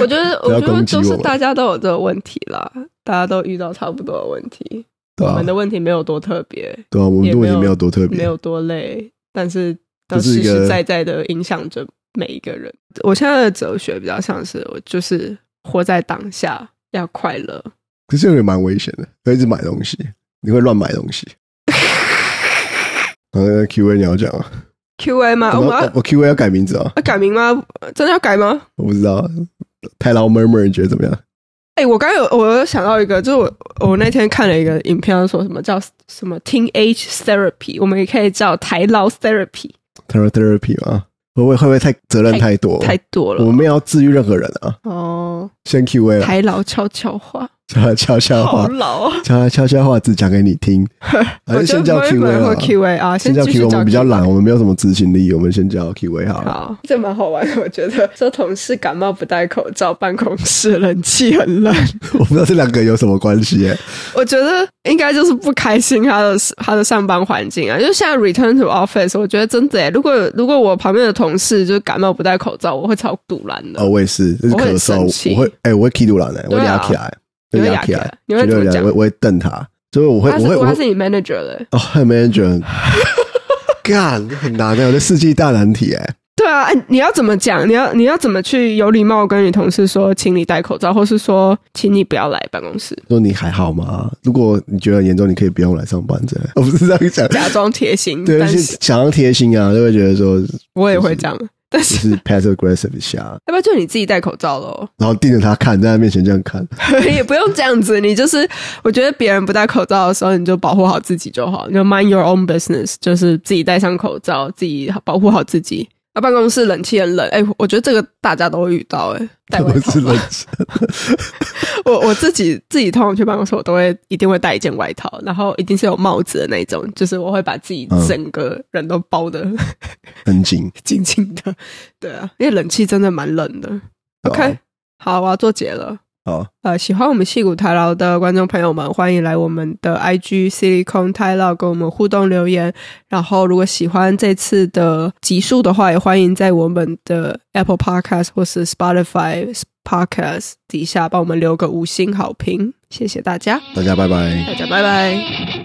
[SPEAKER 2] 我觉得
[SPEAKER 1] 不要
[SPEAKER 2] 我觉得
[SPEAKER 1] 攻击
[SPEAKER 2] 就是
[SPEAKER 1] 我
[SPEAKER 2] 大家都有这个问题啦，大家都遇到差不多的问题。
[SPEAKER 1] 对
[SPEAKER 2] 我
[SPEAKER 1] 吧、
[SPEAKER 2] 们的问题没有多特别，
[SPEAKER 1] 对啊吧、我们
[SPEAKER 2] 也
[SPEAKER 1] 的问题
[SPEAKER 2] 没
[SPEAKER 1] 没
[SPEAKER 2] 有
[SPEAKER 1] 有多啊特
[SPEAKER 2] 没
[SPEAKER 1] 别，
[SPEAKER 2] 有多累，但是都
[SPEAKER 1] 就是
[SPEAKER 2] 实
[SPEAKER 1] 一个
[SPEAKER 2] 实在在的影响着每一个人。我现在的哲学比较像是，我就是活在当下，要快 乐。
[SPEAKER 1] 可是有点蛮危险的，会一直买东西，你会乱买东西。呃，Q A 你要讲啊？
[SPEAKER 2] Q A 吗？
[SPEAKER 1] 我
[SPEAKER 2] 我们
[SPEAKER 1] 我
[SPEAKER 2] 要
[SPEAKER 1] 我 Q A 要改名字啊？
[SPEAKER 2] 要改名吗？真的要改吗？
[SPEAKER 1] 我不知道，太老 murmur 你觉得怎么样？
[SPEAKER 2] 哎、我刚有我有想到一个，就是我我那天看了一个影片，说什么叫什么 teenage therapy，我们也可以叫台老 therapy，
[SPEAKER 1] t e r a therapy 吗？会不会会不会太责任太多？
[SPEAKER 2] 太多
[SPEAKER 1] 我
[SPEAKER 2] 了
[SPEAKER 1] 们没有要治愈任何人啊，
[SPEAKER 2] 哦。
[SPEAKER 1] 先 Q A 啊。呃
[SPEAKER 2] 台老悄悄话，
[SPEAKER 1] 叫他悄悄
[SPEAKER 2] 好
[SPEAKER 1] 话，
[SPEAKER 2] 老啊！
[SPEAKER 1] 悄悄悄悄话只讲给你 听，还
[SPEAKER 2] 我
[SPEAKER 1] 是哎
[SPEAKER 2] 觉
[SPEAKER 1] 先
[SPEAKER 2] 得
[SPEAKER 1] 叫
[SPEAKER 2] 不会
[SPEAKER 1] Q A
[SPEAKER 2] 有人
[SPEAKER 1] 好
[SPEAKER 2] 会
[SPEAKER 1] 了
[SPEAKER 2] Q A 啊，
[SPEAKER 1] 先
[SPEAKER 2] 先
[SPEAKER 1] 叫
[SPEAKER 2] 继续
[SPEAKER 1] Q A，我
[SPEAKER 2] 找
[SPEAKER 1] 们比较
[SPEAKER 2] Q A
[SPEAKER 1] 懒，我们没有什么执行力，我们先叫 Q A 好了。
[SPEAKER 2] 好，这蛮好玩的，我觉得。说同事感冒不戴口罩，办公室冷气很冷，
[SPEAKER 1] 我不知道这两个有什么关系耶，
[SPEAKER 2] 我觉得应该就是不开心他的他的上班环境啊。就现在 return to office，我觉得真的耶，如果如果我旁边的同事就是感冒不戴口罩，我会超堵拦的。
[SPEAKER 1] 哦，我也是，就是
[SPEAKER 2] 我会
[SPEAKER 1] 咳
[SPEAKER 2] 生气
[SPEAKER 1] 嗽，我会，哎，我会 K 度懒的，我
[SPEAKER 2] 对
[SPEAKER 1] 会
[SPEAKER 2] 啊
[SPEAKER 1] 压起来，
[SPEAKER 2] 你
[SPEAKER 1] 会
[SPEAKER 2] 会压
[SPEAKER 1] 压
[SPEAKER 2] 起
[SPEAKER 1] 起
[SPEAKER 2] 来
[SPEAKER 1] 来，
[SPEAKER 2] 你会
[SPEAKER 1] 绝对
[SPEAKER 2] 怎么
[SPEAKER 1] 压
[SPEAKER 2] 讲
[SPEAKER 1] 我我会瞪他，就是我会，
[SPEAKER 2] 他
[SPEAKER 1] 我
[SPEAKER 2] 是
[SPEAKER 1] 会，我
[SPEAKER 2] 他
[SPEAKER 1] 会，
[SPEAKER 2] 是你 manager 嘞？
[SPEAKER 1] 哦，很 manager，很 干很难欸的，我的世纪大难题哎，
[SPEAKER 2] 对啊，哎你要怎么讲？你要你要怎么去有礼貌跟你同事说，请你戴口罩，或是说，请你不要来办公室，
[SPEAKER 1] 说你还好吗？如果你觉得很严重，你可以不用来上班之类的，哦我不是这样 讲，
[SPEAKER 2] 假装贴 心。
[SPEAKER 1] 对，就
[SPEAKER 2] 但
[SPEAKER 1] 是
[SPEAKER 2] 是
[SPEAKER 1] 想要贴心啊，就会觉得说
[SPEAKER 2] 我也会这样，但
[SPEAKER 1] 就是是 passive aggressive 一下，
[SPEAKER 2] 要不然就你自己戴口罩喽。
[SPEAKER 1] 然后盯着他看，在他面前这样看。
[SPEAKER 2] 也不用这样子，你就是我觉得别人不戴口罩的时候，你就保护好自己就好，你就 mind your own business，就是自己戴上口罩，自己保护好自己。啊，办公室冷气很冷，哎、我觉得这个大家都会遇到、哎，戴 外
[SPEAKER 1] 我
[SPEAKER 2] 套
[SPEAKER 1] 是
[SPEAKER 2] 吧。
[SPEAKER 1] 冷，
[SPEAKER 2] 我我自己自己通常去办公室，我都会一定会带一件外套，然后一定是有帽子的那一种，就是我会把自己
[SPEAKER 1] 嗯
[SPEAKER 2] 整个人都包的
[SPEAKER 1] 很紧。
[SPEAKER 2] 紧紧的。对啊，因为冷气真的蛮冷的。
[SPEAKER 1] 对啊
[SPEAKER 2] OK，好，我要做结了。
[SPEAKER 1] 好，
[SPEAKER 2] 呃，喜欢我们戏骨台劳的观众朋友们，欢迎来我们的 IG Silicon t a i l a 跟我们互动留言。然后，如果喜欢这次的集数的话，也欢迎在我们的 Apple Podcast 或是 Spotify Podcast 底下帮我们留个五星好评，谢谢大家，
[SPEAKER 1] 大家拜拜。
[SPEAKER 2] 大家拜拜。